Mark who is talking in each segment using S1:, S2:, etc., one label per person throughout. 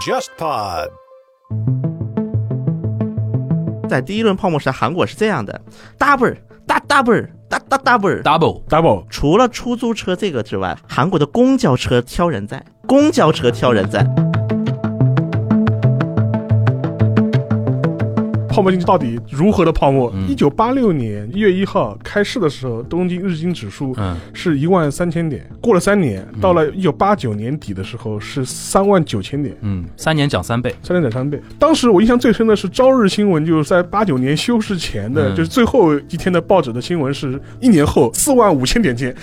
S1: JustPod。
S2: 在第一轮泡沫时代，韩国是这样的：double 大 double 大大 double。
S3: double
S4: double
S2: 除了出租车这个之外，韩国的公交车挑人在，公交车挑人在。
S4: 泡沫经济到底如何的泡沫？
S3: 嗯
S4: 一九八六年一月一号开市的时候，东京日经指数
S3: 嗯
S4: 是一万三千点，过了三年，到了一九八九年底的时候是三万九千点。
S3: 嗯，三年涨三倍，
S4: 三点涨三倍。当时我印象最深的是《朝日新闻》，就是在八九年休市前的，
S3: 嗯
S4: 就是最后一天的报纸的新闻是一年后四万五千点见。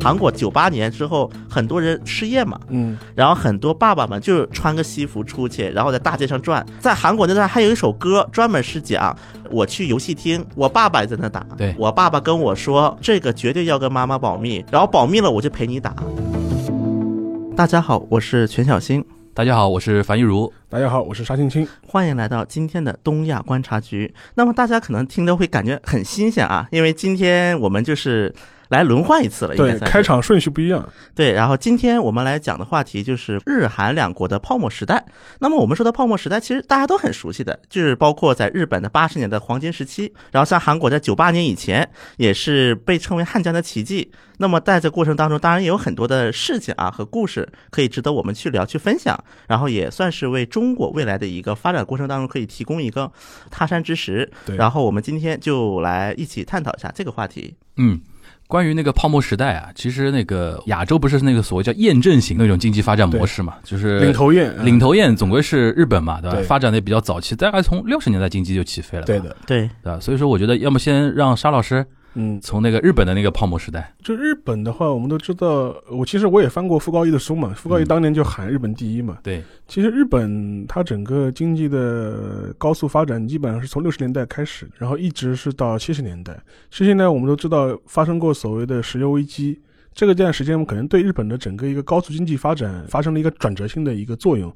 S2: 韩国九八年之后，很多人失业嘛，
S4: 嗯，
S2: 然后很多爸爸们就穿个西服出去，然后在大街上转。在韩国那段还有一首歌专门是讲我去游戏厅，我爸爸也在那打，
S3: 对
S2: 我爸爸跟我说这个绝对要跟妈妈保密，然后保密了我就陪你打。大家好，我是全小新，
S3: 大家好，我是樊玉茹。
S4: 大家好，我是沙青青。
S2: 欢迎来到今天的东亚观察局。那么大家可能听着会感觉很新鲜啊，因为今天我们就是来轮换一
S3: 哎
S2: 次了，应该
S4: 对，
S2: 算是
S4: 开场顺序不一样。
S2: 对。然后今天我们来讲的话题就是日韩两国的泡沫时代。那么我们说的泡沫时代，其实大家都很熟悉的，就是包括在日本的八十年的黄金时期，然后像韩国在九八年以前也是被称为汉江的奇迹。那么在这过程当中，当然也有很多的事情啊和故事可以值得我们去聊、去分享，然后也算是为中国未来的一个发展过程当中可以提供一个踏山之石。
S4: 对
S2: 然后我们今天就来一起探讨一下这个话题。
S3: 嗯，关于那个泡沫时代啊，其实那个亚洲不是那个所谓叫验证型那种经济发展模式嘛，就是
S4: 领头雁，
S3: 领头雁总归是日本嘛，对吧？
S4: 对
S3: 发展的比较早期，大概从六十年代经济就起飞了，
S4: 嗯对，的，
S2: 对，
S3: 对吧？所以说，我觉得要么先让沙老师
S4: 嗯，
S3: 从那个日本的那个泡沫时代，
S4: 就日本的话，我们都知道，我其实我也翻过傅高义的书嘛，傅高义
S3: 嗯
S4: 当年就喊日本第一嘛。
S3: 对，
S4: 其实日本它整个经济的高速发展，基本上是从六十年代开始，然后一直是到七十年代。七十年代我们都知道发生过所谓的石油危机，这个段时间我们可能对日本的整个一个高速经济发展发生了一个转折性的一个作用。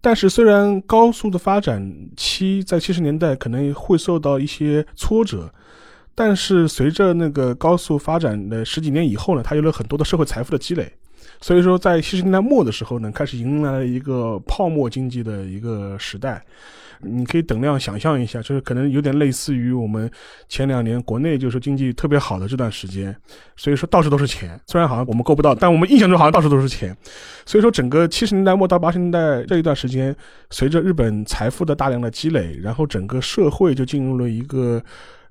S4: 但是，虽然高速的发展期在七十年代可能会受到一些挫折，但是随着那个高速发展的十几年以后呢，它有了很多的社会财富的积累，所以说，在七十年代末的时候呢，开始迎来了一个泡沫经济的一个时代。你可以等量想象一下，就是可能有点类似于我们前两年国内就是经济特别好的这段时间，所以说到处都是钱。虽然好像我们够不到，但我们印象中好像到处都是钱。所以说，整个七十年代末到八十年代这一段时间，随着日本财富的大量的积累，然后整个社会就进入了一个。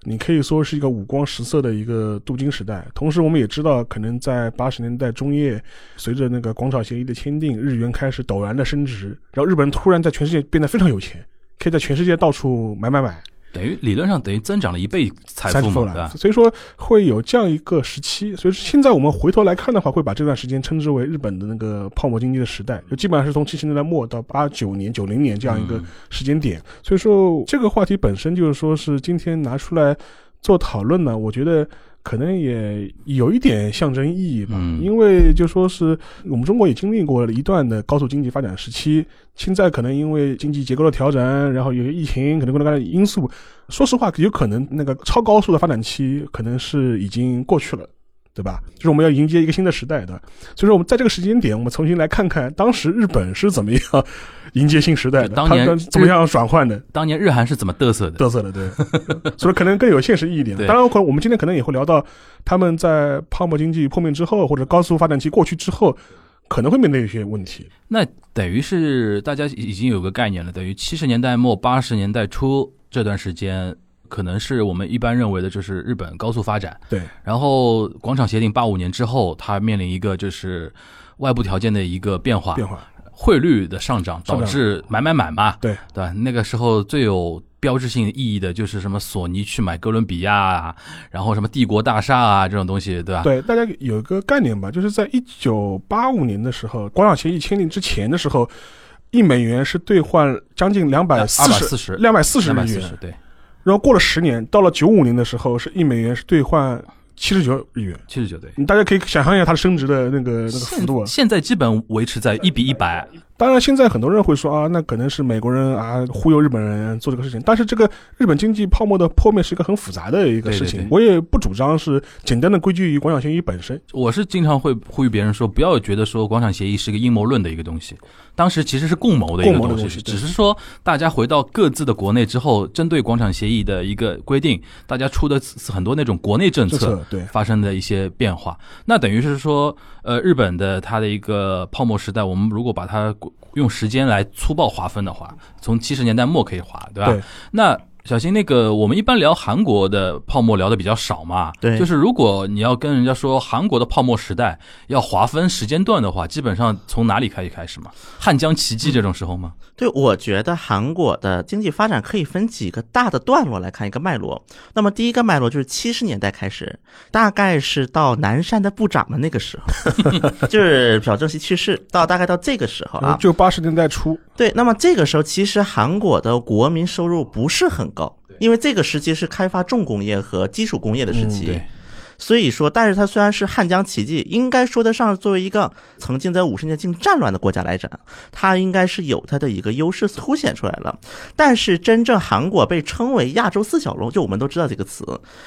S4: 你可以说是一个五光十色的一个镀金时代，同时我们也知道，可能在八十年代中叶，随着那个广场协议的签订，日元开始陡然的升值，然后日本人突然在全世界变得非常有钱，可以在全世界到处买买买，
S3: 等于理论上等于增长了一倍财
S4: 财
S3: 富
S4: 富
S3: 嘛，对
S4: 了
S3: 吧。？
S4: 所以说会有这样一个时期，所以现在我们回头来看的话，会把这段时间称之为日本的那个泡沫经济的时代，就基本上是从七十年代末到八九年、九零年这样一个
S3: 嗯
S4: 时间点。所以说这个话题本身就是说是今天拿出来做讨论呢，我觉得。可能也有一点象征意义吧，
S3: 嗯
S4: 因为就说是我们中国也经历过了一段的高速经济发展时期，现在可能因为经济结构的调整，然后有疫情，可能各种各样的因素，说实话，有可能那个超高速的发展期可能是已经过去了。对吧？就是我们要迎接一个新的时代的，所以说我们在这个时间点，我们重新来看看当时日本是怎么样迎接新时代的，
S3: 就当年
S4: 它跟怎么样转换的，
S3: 当年日韩是怎么嘚瑟的？
S4: 嘚瑟的，对， 所以可能更有现实意义一点。
S3: 对
S4: 当然，可能我们今天可能也会聊到他们在泡沫经济破灭之后，或者高速发展期过去之后，可能会面对一些问题。
S3: 那等于是大家已经有个概念了，等于七十年代末八十年代初这段时间，可能是我们一般认为的就是日本高速发展。
S4: 对，
S3: 然后广场协定八五年之后，它面临一个就是外部条件的一个变化，
S4: 变化，
S3: 汇率的上涨
S4: 上
S3: 导
S4: 涨
S3: 致买买买嘛，
S4: 对
S3: 对吧？那个时候最有标志性意义的就是什么索尼去买哥伦比亚啊，然后什么帝国大厦啊这种东西，对吧？
S4: 对，大家有一个概念吧，就是在一九八五年的时候，广场协议签订之前的时候，一美元是兑换将近两啊百四十、
S3: 十，
S4: 两百四十
S3: 两百
S4: 日
S3: 四
S4: 元。
S3: 十，对，
S4: 然后过了十年，到了九五年的时候，是一美元是兑换七十九日元。
S3: 七十九对。
S4: 你大家可以想象一下它升值的那个那个幅
S3: 现
S4: 度啊。
S3: 现在基本维持在一比一百，
S4: 当然，现在很多人会说啊，那可能是美国人啊忽悠日本人做这个事情，但是这个日本经济泡沫的破灭是一个很复杂的一个事情，
S3: 对对对
S4: 我也不主张是简单的归咎于广场协议本身。
S3: 我是经常会呼吁别人说，不要觉得说广场协议是个阴谋论的一个东西，当时其实是共谋的一个
S4: 共谋的
S3: 东
S4: 东西对
S3: 只是说大家回到各自的国内之后，针对广场协议的一个规定，大家出的很多那种国内政
S4: 这
S3: 策
S4: 次对，
S3: 发生的一些变化。那等于是说，呃，日本的它的一个泡沫时代，我们如果把它用时间来粗暴划分的话，从七十年代末可以划，对吧？
S4: 对
S3: 那小新，那个我们一般聊韩国的泡沫聊的比较少嘛，
S2: 对
S3: 就是如果你要跟人家说韩国的泡沫时代要划分时间段的话，基本上从哪里开始开始嘛？汉江奇迹这种时候吗？
S2: 对，我觉得韩国的经济发展可以分几个大的段落来看一个脉络。那么第一个脉络就是七十年代开始，大概是到南山的部长们那个时候，就是朴正熙去世到大概到这个时候
S4: 然后
S2: 啊。
S4: 嗯就八十年代初，
S2: 对，那么这个时候其实韩国的国民收入不是很高，因为这个时期是开发重工业和基础工业的时期。
S3: 对，
S2: 所以说，但是它虽然是汉江奇迹，应该说得上作为一个曾经在五十年进行战乱的国家来讲，它应该是有它的一个优势凸显出来了。但是真正韩国被称为亚洲四小龙，就我们都知道这个词，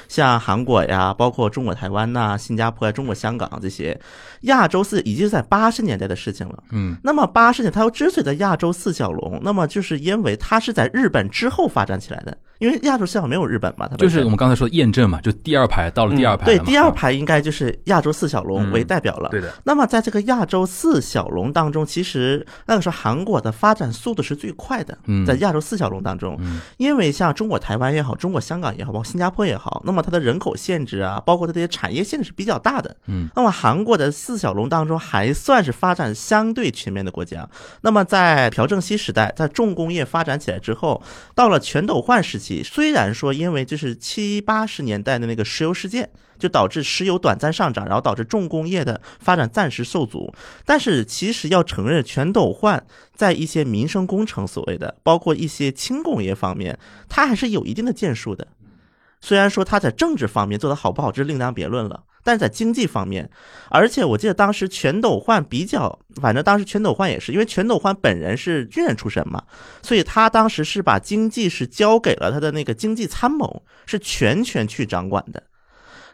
S2: 像韩国呀，包括中国台湾呐、新加坡呀、中国香港这些亚洲四，已经是在八十年代的事情了。
S3: 嗯，
S2: 那么八十年，它又之所以在亚洲四小龙，那么就是因为它是在日本之后发展起来的，因为亚洲四小龙没有日本嘛，它本
S3: 就
S2: 身
S3: 是我们刚才说的验证嘛，就第二排到了第二排、
S2: 对，第二。排应该就是亚洲四小龙
S3: 嗯
S2: 为代表了。
S3: 对的，
S2: 那么在这个亚洲四小龙当中，其实那个时候韩国的发展速度是最快的，
S3: 嗯
S2: 在亚洲四小龙当中，
S3: 嗯
S2: 因为像中国台湾也好，中国香港也好，包括新加坡也好，那么它的人口限制啊，包括它的产业限制是比较大的。
S3: 嗯，
S2: 那么韩国的四小龙当中还算是发展相对全面的国家。那么在朴正熙时代，在重工业发展起来之后，到了全斗焕时期，虽然说因为就是七八十年代的那个石油事件，就导致石油短暂上涨，然后导致重工业的发展暂时受阻，但是其实要承认，全斗焕在一些民生工程所谓的，包括一些轻工业方面，它还是有一定的建树的。虽然说它在政治方面做得好不好，这是另当别论了。但是在经济方面，而且我记得当时全斗焕比较，反正当时全斗焕也是，因为全斗焕本人是军人出身嘛，所以他当时是把经济是交给了他的那个经济参谋，是全权去掌管的。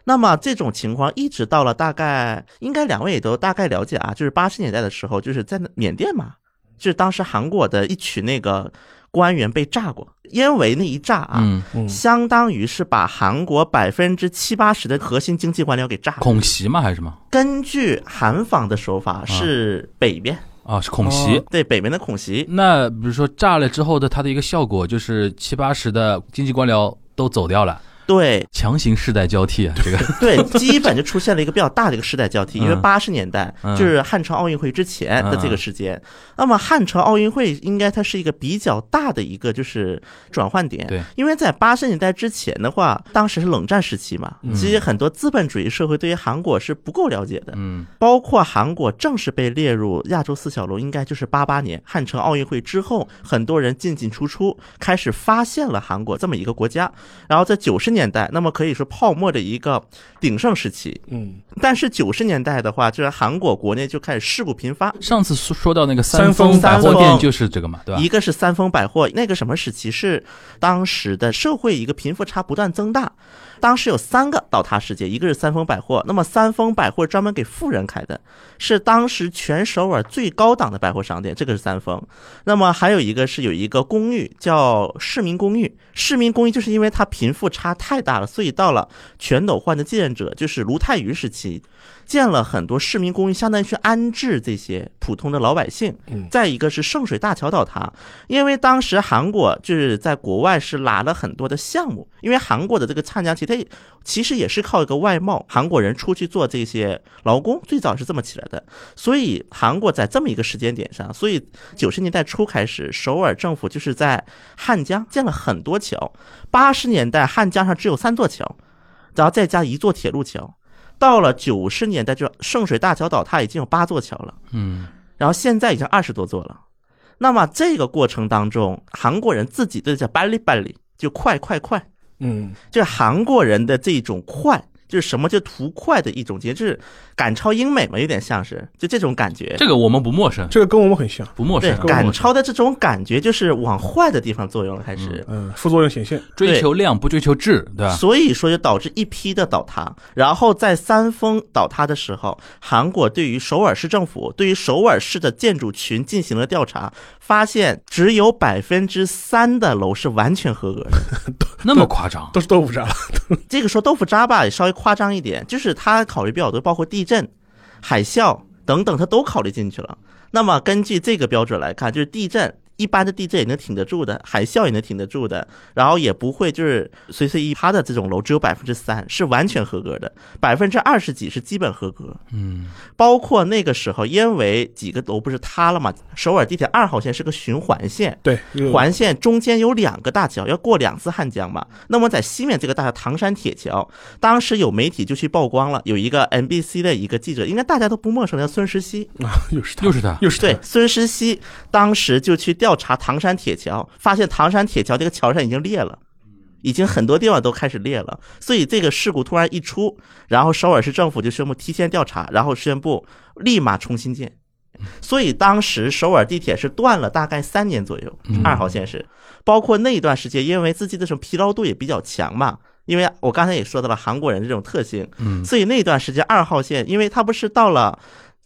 S2: 那么这种情况一直到了大概，应该两位也都大概了解啊，就是八十年代的时候，就是在那缅甸嘛，就是当时韩国的一群那个官员被炸过，因为那一炸啊，
S3: 嗯，
S4: 嗯，
S2: 相当于是把韩国百分之七八十的核心经济官僚给炸了。
S3: 恐袭吗？还是什么？
S2: 根据韩方的说法，是北边、
S3: 啊，是恐袭。
S4: 哦
S2: 对北边的恐袭，
S3: 那比如说炸了之后的它的一个效果，就是七八十的经济官僚都走掉了，
S2: 对
S3: 强行世代交替啊， 这个
S2: 对，基本就出现了一个比较大的一个时代 交替，因为
S3: 嗯
S2: 八十年代
S3: 嗯
S2: 就是汉城奥运会之前的这个时间。那么汉城奥运会应该它是一个比较大的一个就是转换点，
S3: 对，
S2: 因为在八十年代之前的话，当时是冷战时期嘛，其实很多资本主义社会对于韩国是不够了解的，
S3: 嗯，
S2: 包括韩国正式被列入亚洲四小龙，应该就是八八年汉城奥运会之后，很多人进进出出，开始发现了韩国这么一个国家。然后在九十年代，那么可以说泡沫的一个鼎盛时期。
S4: 嗯，
S2: 但是九十年代的话，就是韩国国内就开始事故频发。
S3: 上次说说到那个
S4: 三
S3: 丰
S4: 丰
S3: 百货
S2: 三
S3: 店
S2: 丰
S3: 就是这个嘛，对吧？
S2: 一个是三丰百货，那个什么时期是当时的社会一个贫富差不断增大，当时有三个倒塌事件，一个是三丰百货，那么三丰百货专门给富人开的，是当时全首尔最高档的百货商店，这个是三丰。那么还有一个是有一个公寓叫市民公寓，市民公寓就是因为它贫富差太大了，所以到了全斗焕的继任者就是卢泰愚时期，建了很多市民公寓，相当于去安置这些普通的老百姓。
S4: 嗯
S2: 再一个是圣水大桥倒塌，因为当时韩国就是在国外是拿了很多的项目，因为韩国的这个汉江旗，它也其实也是靠一个外贸，韩国人出去做这些劳工，最早是这么起来的。所以韩国在这么一个时间点上，所以九十年代初开始，首尔政府就是在汉江建了很多桥。八十年代汉江上只有三座桥，然后再加一座铁路桥。到了九十年代，就圣水大桥倒塌已经有八座桥了。
S3: 嗯，
S2: 然后现在已经二十多座了。那么这个过程当中，韩国人自己都叫巴里巴里，就快快快，
S4: 嗯，
S2: 就是韩国人的这种快就是什么就图快的一种节制，赶超英美嘛，有点像是就这种感觉。
S3: 这个我们不陌生，
S4: 这个跟我们很像，
S3: 不陌
S2: 对
S3: 生，
S4: 跟我
S2: 赶
S4: 们
S2: 超的这种感觉，就是往坏的地方作用了，开始。
S4: 嗯，副作用显现，
S3: 追求量不追求质，对吧？
S2: 所以说就导致一批的倒塌。然后在三峰倒塌的时候，韩国对于首尔市政府、对于首尔市的建筑群进行了调查，发现只有百分之三的楼是完全合格的。
S3: 那么夸张，
S4: 都是豆腐渣。
S2: 这个说豆腐渣吧，也稍微夸张一点，就是他考虑比较多，包括地震、海啸等等，他都考虑进去了。那么根据这个标准来看，就是地震。一般的地震也能挺得住的，海啸也能挺得住的，然后也不会就是随随一趴的这种楼，只有百分之三是完全合格的，百分之二十几是基本合格。
S3: 嗯，
S2: 包括那个时候，因为几个楼不是塌了嘛，首尔地铁二号线是个循环线，
S4: 对，有
S2: 环线中间有两个大桥，要过两次汉江嘛。那么在西面这个大桥唐山铁桥，当时有媒体就去曝光了，有一个 NBC 的一个记者，应该大家都不陌生的孙石溪，
S4: 啊，又是他，
S3: 又是他，
S4: 又是
S2: 对，孙石溪当时就去调查唐山铁桥，发现唐山铁桥这个桥上已经裂了。已经很多地方都开始裂了，所以这个事故突然一出，然后首尔市政府就宣布提前调查，然后宣布立马重新建。所以当时首尔地铁是断了大概三年左右
S3: 嗯，
S2: 二号线是，包括那一段时间，因为自己的这种疲劳度也比较强嘛，因为我刚才也说到了韩国人这种特性，
S3: 嗯
S2: 所以那段时间二号线，因为它不是到了。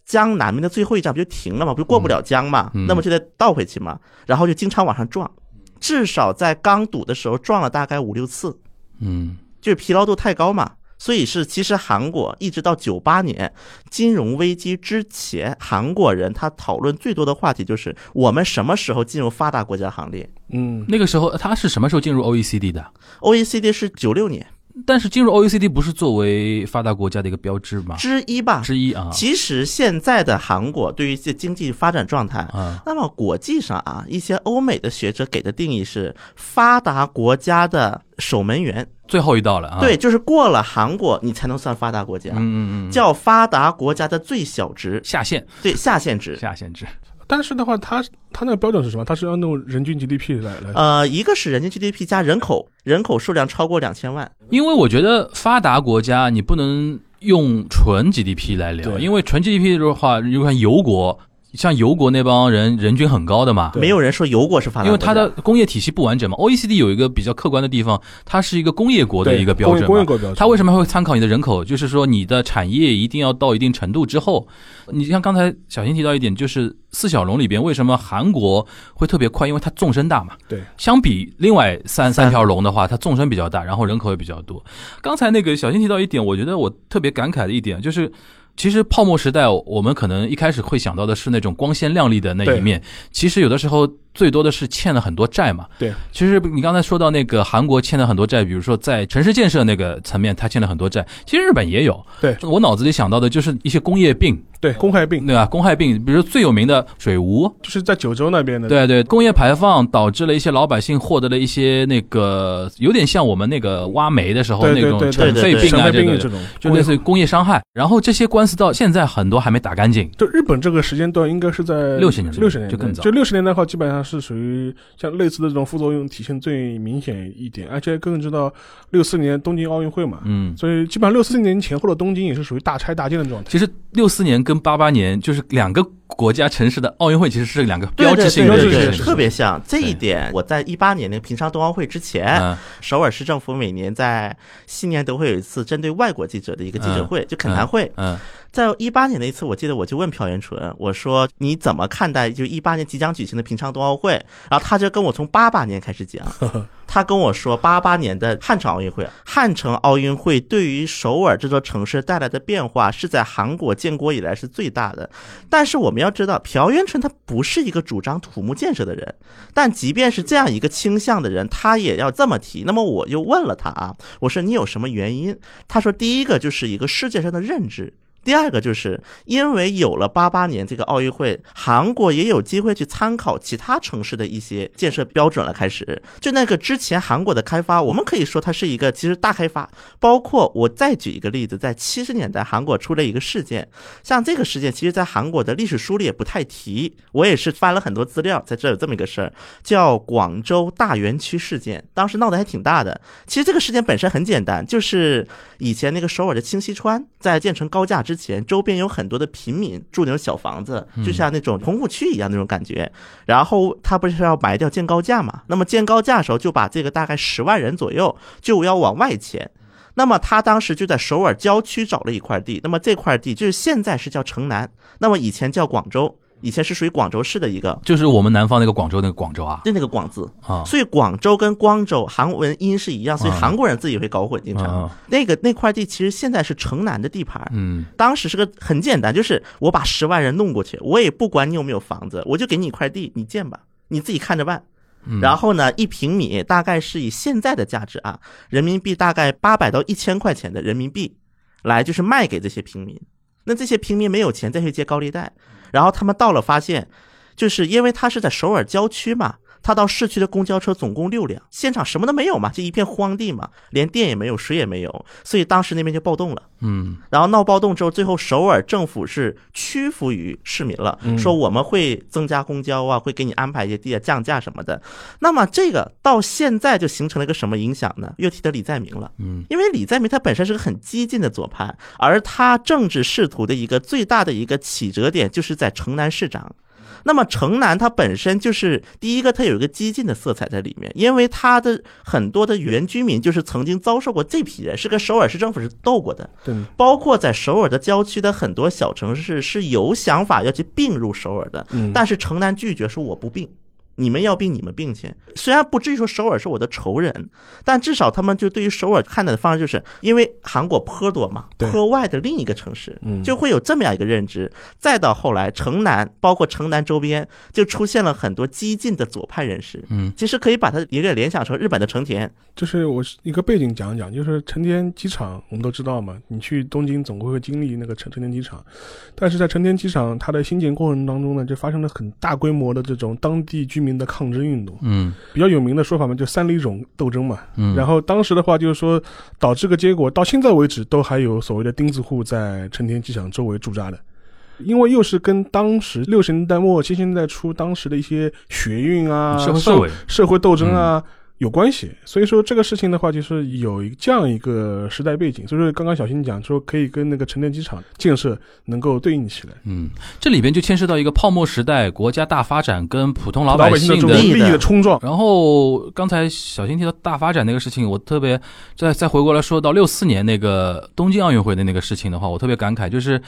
S2: 江南面的最后一站不就停了嘛，不就过不了江嘛，
S3: 嗯嗯
S2: 那么就得倒回去嘛，然后就经常往上撞，至少在刚堵的时候撞了大概五六次，
S3: 嗯，
S2: 就是疲劳度太高嘛。所以是，其实韩国一直到九八年金融危机之前，韩国人他讨论最多的话题就是我们什么时候进入发达国家行列
S4: 嗯，
S3: 那个时候他是什么时候进入 OECD 的？
S2: ？OECD E 是九六年
S3: 但是进入 OECD 不是作为发达国家的一个标志吗？
S2: 之一吧。
S3: 之一啊
S2: 其实现在的韩国对于这经济发展状态，
S3: 啊，
S2: 那么国际上啊，一些欧美的学者给的定义是发达国家的守门员，
S3: 最后一道了啊，
S2: 对，，就是过了韩国你才能算发达国家，
S3: 嗯嗯嗯，
S2: 叫发达国家的最小值，
S3: 下限
S2: 对下限值。
S3: 下限制，
S4: 但是的话，他他那个标准是什么？他是按那种人均 GDP 来来，
S2: 呃，一个是人均 GDP 加人口，人口数量超过两千万，
S3: 因为我觉得发达国家你不能用纯 GDP 来聊，
S4: 对
S3: 因为纯 GDP 的话，如果像油国，像油国那帮人人均很高的嘛，
S4: 对
S2: 没有人说油国是发达
S3: 因
S2: 国
S3: 为
S2: 家，
S3: 它的工业体系不完整嘛。OECD 有一个比较客观的地方，它是一个工业国的
S4: 对
S3: 一个标准
S4: 工业
S3: 嘛。
S4: 国标准，
S3: 它为什么会参考你的人口？就是说，你的产业一定要到一定程度之后，你像刚才小新提到一点，就是四小龙里边为什么韩国会特别快？因为它纵深大嘛。
S4: 对，
S3: 相比另外三三条龙的话，它纵深比较大，然后人口也比较多。刚才那个小新提到一点，我觉得我特别感慨的一点就是。其实泡沫时代，我们可能一开始会想到的是那种光鲜亮丽的那一面，其实有的时候最多的是欠了很多债嘛。
S4: 对，
S3: 其实你刚才说到那个韩国欠了很多债，比如说在城市建设那个层面，它欠了很多债。其实日本也有。
S4: 对
S3: 我脑子里想到的就是一些工业病，
S4: 对公害病，
S3: 对吧？公害病，比如最有名的水无，
S4: 就是在九州那边的，
S3: 对对，工业排放导致了一些老百姓获得了一些那个，有点像我们那个挖煤的时候
S4: 对
S3: 那
S4: 对
S3: 种
S4: 对
S3: 尘
S2: 对
S3: 肺
S2: 对
S3: 病
S4: 神
S3: 啊，
S4: 肺
S3: 这
S4: 病
S3: 个
S4: 这种，
S3: 就类似于工业伤害。然后这些官司到现在很多还没打干净。
S4: 就日本这个时间段应该是在
S3: 60年代
S4: 六十年代
S3: 就更早
S4: 就六十年代的话，基本上是属于像类似的这种副作用体现最明显一点，而且更知道六四年东京奥运会嘛，
S3: 嗯，
S4: 所以基本上六四年前后的东京也是属于大拆大建的状态。
S3: 其实六四年跟八八年就是两个国家城市的奥运会，其实是两个
S2: 对
S3: 标
S2: 对
S3: 志性
S2: 对
S3: 的
S2: 对
S4: 标
S3: 事
S4: 志
S2: 对，
S3: 情
S4: 性
S2: 特别像这一点。我在一八年那个平昌冬奥会之前，
S3: 嗯
S2: 首尔市政府每年在新年都会有一次针对外国记者的一个记者会，就恳谈会。
S3: 嗯，
S2: 在一八年那一次，我记得我就问朴元淳，我说你怎么看待就一八年即将举行的平昌冬奥会？然后他就跟我从八八年开始讲，他跟我说八八年的汉城奥运会，汉城奥运会对于首尔这座城市带来的变化是在韩国建国以来是最大的。但是我们要知道，朴元淳他不是一个主张土木建设的人，但即便是这样一个倾向的人，他也要这么提。那么我又问了他啊，我说你有什么原因？他说第一个就是一个世界上的认知。第二个就是因为有了八八年这个奥运会，韩国也有机会去参考其他城市的一些建设标准了。开始，就那个之前韩国的开发，我们可以说它是一个其实大开发。包括我再举一个例子，在七十年代韩国出了一个事件，像这个事件，其实在韩国的历史书里也不太提。我也是翻了很多资料，才知道有这么一个事儿，叫广州大园区事件。当时闹得还挺大的。其实这个事件本身很简单，就是以前那个首尔的清溪川在建成高架之前，周边有很多的平民住那种小房子，就像那种棚户区一样那种感觉。然后他不是要埋掉建高架嘛？那么建高架的时候，就把这个大概十万人左右就要往外迁。那么他当时就在首尔郊区找了一块地，那么这块地就是现在是叫城南，那么以前叫广州，以前是属于广州市的一个，
S3: 就是我们南方那个广州那个广州啊
S2: 就那个广字。
S3: 啊
S2: 所以广州跟光州韩文音是一样，所以
S3: 啊
S2: 韩国人自己会搞混，经常、
S3: 啊
S2: 那个那块地其实现在是城南的地盘，
S3: 嗯
S2: 当时是个很简单，就是我把十万人弄过去，我也不管你有没有房子，我就给你一块地，你建吧，你自己看着办。然后呢，一平米大概是以现在的价值啊，人民币大概八百到一千块钱的人民币，来就是卖给这些平民。那这些平民没有钱再去借高利贷，然后他们到了发现，就是因为他是在首尔郊区嘛，他到市区的公交车总共六辆，现场什么都没有嘛，就一片荒地嘛，连电也没有，水也没有，所以当时那边就暴动了。
S3: 嗯
S2: 然后闹暴动之后，最后首尔政府是屈服于市民了，说我们会增加公交啊，会给你安排一些地啊，降价什么的。那么这个到现在就形成了一个什么影响呢？又提到李在明了，
S3: 嗯，
S2: 因为李在明他本身是个很激进的左派，而他政治仕途的一个最大的一个起折点就是在城南市长。那么城南它本身就是第一个，它有一个激进的色彩在里面，因为它的很多的原居民就是曾经遭受过这批人，是跟首尔市政府是斗过的，
S4: 对，
S2: 包括在首尔的郊区的很多小城市是有想法要去并入首尔的，
S4: 嗯，
S2: 但是城南拒绝说我不并，你们要并你们并去。虽然不至于说首尔是我的仇人，但至少他们就对于首尔看待的方式，就是因为韩国坡多嘛，
S4: 对
S2: 坡外的另一个城市
S4: 嗯，
S2: 就会有这么样一个认知。再到后来，城南包括城南周边就出现了很多激进的左派人士，
S3: 嗯，
S2: 其实可以把它也给联想成日本的成田，
S4: 就是我一个背景讲一讲，就是成田机场，我们都知道嘛，你去东京总归会经历那个成成田机场，但是在成田机场它的兴建过程当中呢，就发生了很大规模的这种当地居民的抗争运动，
S3: 嗯
S4: 比较有名的说法嘛，就三里冢斗争嘛。
S3: 嗯，
S4: 然
S3: 后
S4: 后当时的话就是说，导致个结果到现在为止都还有所谓的钉子户在成田机场周围驻扎的。因为又是跟当时六十年代末、七十年代初当时的一些学运啊、
S3: 嗯社会嗯
S4: 社
S3: 社会
S4: 社会斗争啊、有关系。所以说这个事情的话，就是有一这样一个时代背景。所以说刚刚小新讲说，可以跟那个成田机场建设能够对应起来。
S3: 嗯，这里边就牵涉到一个泡沫时代国家大发展跟普通老
S4: 老
S3: 百
S4: 百姓
S3: 姓
S4: 的这
S3: 的
S4: 种利益的冲撞，
S3: 然后刚才小新提到大发展那个事情，我特别再再回过来说到六四年那个东京奥运会的那个事情的话，我特别感慨，就是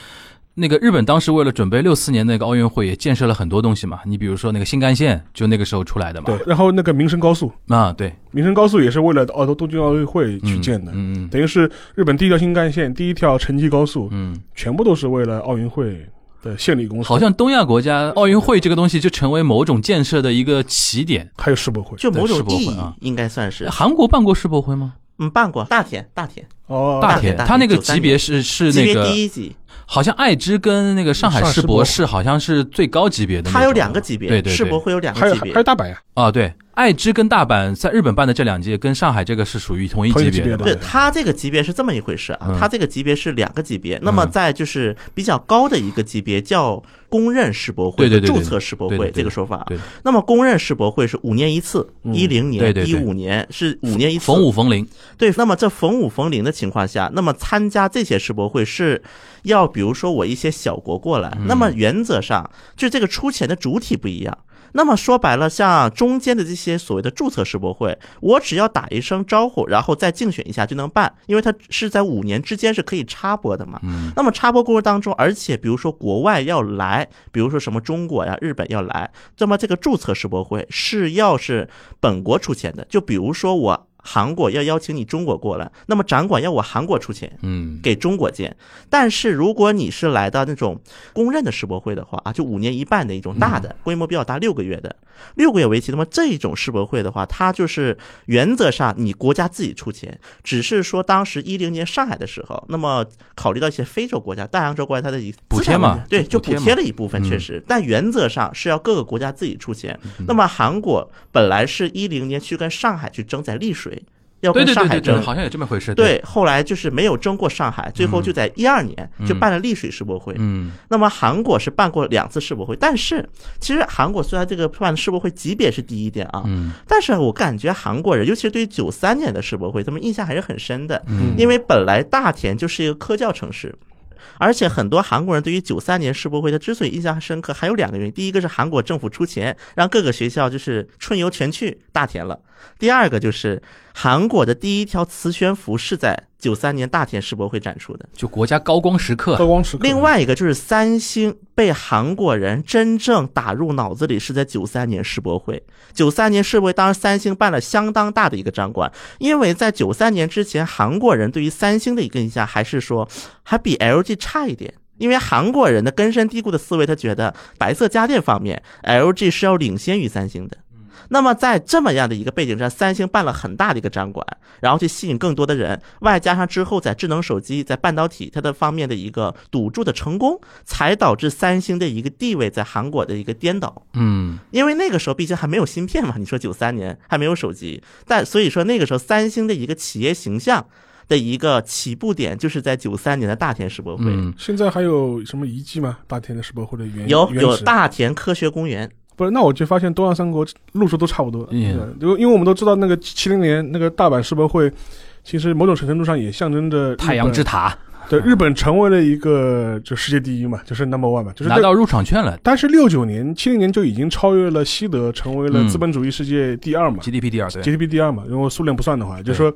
S3: 那个日本当时为了准备六四年那个奥运会，也建设了很多东西嘛。你比如说那个新干线，就那个时候出来的嘛。
S4: 对。然后那个民生高速，
S3: 啊，对，
S4: 民生高速也是为了奥东京奥运会
S3: 嗯
S4: 去建的。
S3: 嗯嗯
S4: 等于是日本第一条新干线、第一条城际高速，
S3: 嗯，
S4: 全部都是为了奥运会的献礼工程，
S3: 好像东亚国家奥运会这个东西就成为某种建设的一个起点。
S4: 还有世博会
S2: 就某种意
S3: 对世博会
S2: 义
S3: 啊
S2: 应该算是
S3: 韩国办过世博会吗？
S2: 嗯办过大田大田
S4: 哦，
S3: 大
S2: 田
S3: 田，
S2: 大田
S3: 他那个
S2: 93
S3: 级别是是
S2: 级
S3: 那
S2: 别
S3: 个，
S2: 第一级，
S3: 好像爱知跟那个上海
S4: 上海
S3: 世
S4: 世博
S3: 博是好像是最高级别的那种。
S2: 它有两个级别，
S3: 对对对
S2: 世博会有两
S4: 还
S2: 个
S4: 有
S2: 级别
S4: 还有。大阪呀，
S3: 啊，对，爱知跟大阪在日本办的这两届跟上海这个是属于同一
S4: 同一
S3: 级
S4: 级别
S3: 的吧，
S4: 的
S2: 对它这个级别是这么一回事啊
S3: 嗯，
S2: 它这个级别是两个级别。那么在就是比较高的一个级别叫公认世博会、
S3: 对对对
S2: 注
S3: 对
S2: 册世博
S3: 对对
S2: 会
S3: 对
S2: 这个说法啊
S3: 对。嗯
S2: 那么公认世博会是五年一次，一零年、
S3: 对对
S2: 一
S3: 对
S2: 五年是五年一次。
S3: 逢五逢零，
S2: 对，那么这逢五逢零的情况下，那么参加这些世博会是要，比如说我一些小国过来，那么原则上就这个出钱的主体不一样。那么说白了，像中间的这些所谓的注册世博会，我只要打一声招呼，然后再竞选一下就能办，因为它是在五年之间是可以插播的嘛。
S3: 嗯
S2: 那么插播过程当中，而且比如说国外要来，比如说什么中国呀、日本要来，那么这个注册世博会是要是本国出钱的。就比如说我韩国要邀请你中国过来，那么展馆要我韩国出钱。
S3: 嗯，
S2: 给中国建。但是如果你是来到那种公认的世博会的话啊，就五年一办的一种大
S3: 嗯
S2: 的，规模比较大，六个月的，六个月为期。那么这种世博会的话，它就是原则上你国家自己出钱，只是说当时一零年上海的时候，那么考虑到一些非洲国家、大洋洲国家它的一个
S3: 补
S2: 资产
S3: 贴嘛
S2: 问题对，就
S3: 就补
S2: 补
S3: 贴嘛嗯
S2: 贴了一部分，确实，但原则上是要各个国家自己出钱。
S3: 嗯
S2: 那么韩国本来是一零年去跟上海去争在丽水。要
S3: 对
S2: 跟
S3: 对
S2: 上
S3: 对
S2: 海
S3: 对
S2: 争
S3: 对，，好像有这么回事。，
S2: 对，后来就是没有争过上海，最后就在一二年
S3: 嗯
S2: 就办了丽水世博会。
S3: 嗯
S2: 那么韩国是办过两次世博会，但是其实韩国虽然这个办世博会级别是低一点啊，
S3: 嗯
S2: 但是我感觉韩国人，尤其是对于九三年的世博会，他们印象还是很深的，
S3: 嗯
S2: 因为本来大田就是一个科教城市。而且很多韩国人对于九三年世博会，他之所以印象深刻，还有两个原因。第一个是韩国政府出钱让各个学校就是春游全去大田了；第二个就是韩国的第一条磁悬浮是在九三年大田世博会展出的。
S3: 就国家高光时刻
S4: 高。光时刻。
S2: 另，外一个就是三星被韩国人真正打入脑子里是在九三年世博会。九三年世博会当时三星办了相当大的一个展馆，因为在九三年之前，韩国人对于三星的一个印象还是说还比 LG 差一点。因为韩国人的根深蒂固的思维，他觉得白色家电方面，LG 是要领先于三星的。那么在这么样的一个背景下，三星办了很大的一个展馆，然后去吸引更多的人，外加上之后在智能手机、在半导体它的方面的一个赌注的成功，才导致三星的一个地位在韩国的一个颠倒。
S3: 嗯，
S2: 因为那个时候毕竟还没有芯片嘛，你说九三年还没有手机，但所以说那个时候三星的一个企业形象的一个起步点，就是在九三年的大田世博会。
S3: 嗯，
S4: 现在还有什么遗迹吗？大田的世博会的原
S2: 有
S4: 原
S2: 有
S4: 址
S2: 大田科学公园，
S4: 不是，那我就发现东亚三国路数都差不多。
S3: 嗯
S4: 对因为因为我们都知道那个七零年那个大阪世博会，其实某种程度上也象征着日本
S3: 太阳之塔
S4: 对日本成为了一个就世界第一嘛，就是 number one 嘛，就是
S3: 拿
S4: 在
S3: 到入场券了
S4: 但是六九年、七零年就已经超越了西德，成为了
S3: 嗯
S4: 资本主义世界第二嘛、
S3: ，GDP 第二，对，
S4: g d p 第二嘛。如果苏联不算的话，就是说，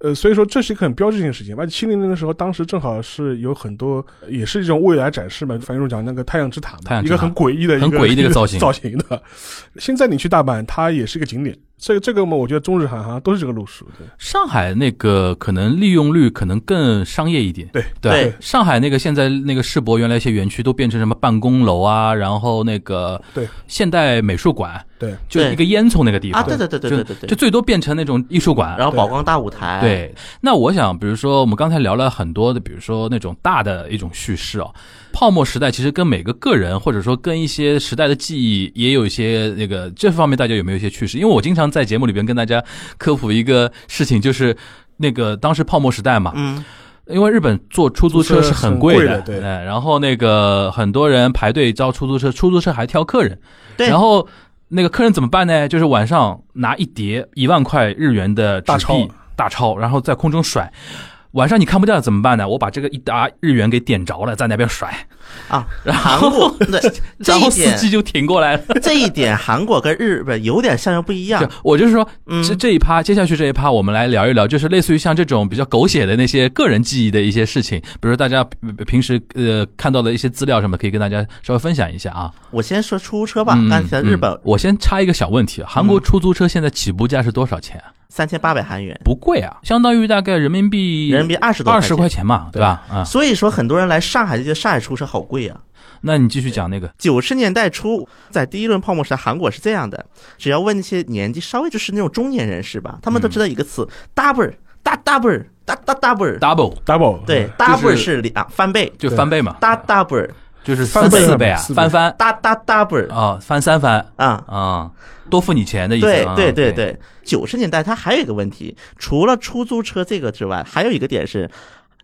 S4: 呃，所以说这是一个很标志性的事情。而且七零年的时候，当时正好是有很多，呃也是一种未来展示嘛。樊总讲那个太阳之塔
S3: 太
S4: 嘛，
S3: 阳
S4: 一
S3: 之
S4: 个
S3: 塔
S4: 很诡异的一个、
S3: 很诡异的一个造型
S4: 造型的。现在你去大阪，它也是一个景点。这个这个嘛，我觉得中日韩好像都是这个路数。对，
S3: 上海那个可能利用率可能更商业一点。
S4: 对
S3: 对
S2: 对，
S3: 上海那个现在那个世博，原来一些园区都变成什么办公楼啊，然后那个
S4: 对
S3: 现代美术馆，
S4: 对，
S3: 就
S2: 对
S3: 一个烟囱那个地方
S2: 啊，对对对对对对
S3: 就
S2: 对，
S3: 最多变成那种艺术馆，
S2: 然后哎宝光大舞台，，
S3: 对，那我想，比如说我们刚才聊了很多的，比如说那种大的一种叙事啊，泡沫时代其实跟每个个人或者说跟一些时代的记忆也有一些那个这方面，大家有没有一些趣事？因为我经常在节目里边跟大家科普一个事情，就是那个当时泡沫时代嘛，
S2: 嗯，
S3: 因为日本坐出租车是很贵
S4: 很贵的对
S3: 哎然后那个很多人排队招出租车，出租车还挑客人，
S2: 对
S3: 然后那个客人怎么办呢？就是晚上拿一叠一万块日元的纸
S4: 大钞
S3: 币大钞，然后在空中甩。晚上你看不掉怎么办呢？我把这个一沓日元给点着了，在那边甩，
S2: 啊，韩国对这
S3: 然
S2: 一
S3: 后司
S2: 点
S3: 机就挺过来了。
S2: 这一点韩国跟日本有点像又不一样
S3: 就，我就是说，
S2: 嗯
S3: 这这一趴，接下去这一趴，我们来聊一聊，就是类似于像这种比较狗血的那些个人记忆的一些事情，比如大家呃平时呃看到的一些资料什么，可以跟大家稍微分享一下啊。
S2: 我先说出租车吧，
S3: 嗯
S2: 刚才提到日本嗯
S3: 嗯我先插一个小问题，啊韩国出租车现在起步价是多少钱啊？
S2: 三千八百韩元，
S3: 不贵啊，相当于大概人民币
S2: 人民币二十多
S3: 二十块钱嘛，对吧？啊，
S2: 所以说很多人来上海就觉得上海出租车好贵啊。
S3: 那你继续讲那个，
S2: 九十年代初，在第一轮泡沫时代，韩国是这样的：只要问那些年纪稍微就是那种中年人士吧，他
S3: 嗯
S2: 们都知道一个词，double，大 double，大大 double，
S3: double
S4: double
S2: 对
S3: 就是
S2: ，double 是两翻倍，
S3: 就翻倍嘛，
S2: 大 double，
S3: 就是
S4: 翻
S3: 翻
S4: 倍
S3: 四倍啊，
S4: 四倍
S3: 翻番
S2: 大大 double
S3: 啊，翻三番
S2: 啊。
S3: 啊，多付你钱的意思
S2: 对
S3: 啊。
S2: 对对对，九十年代它还有一个问题，除了出租车这个之外，还有一个点是，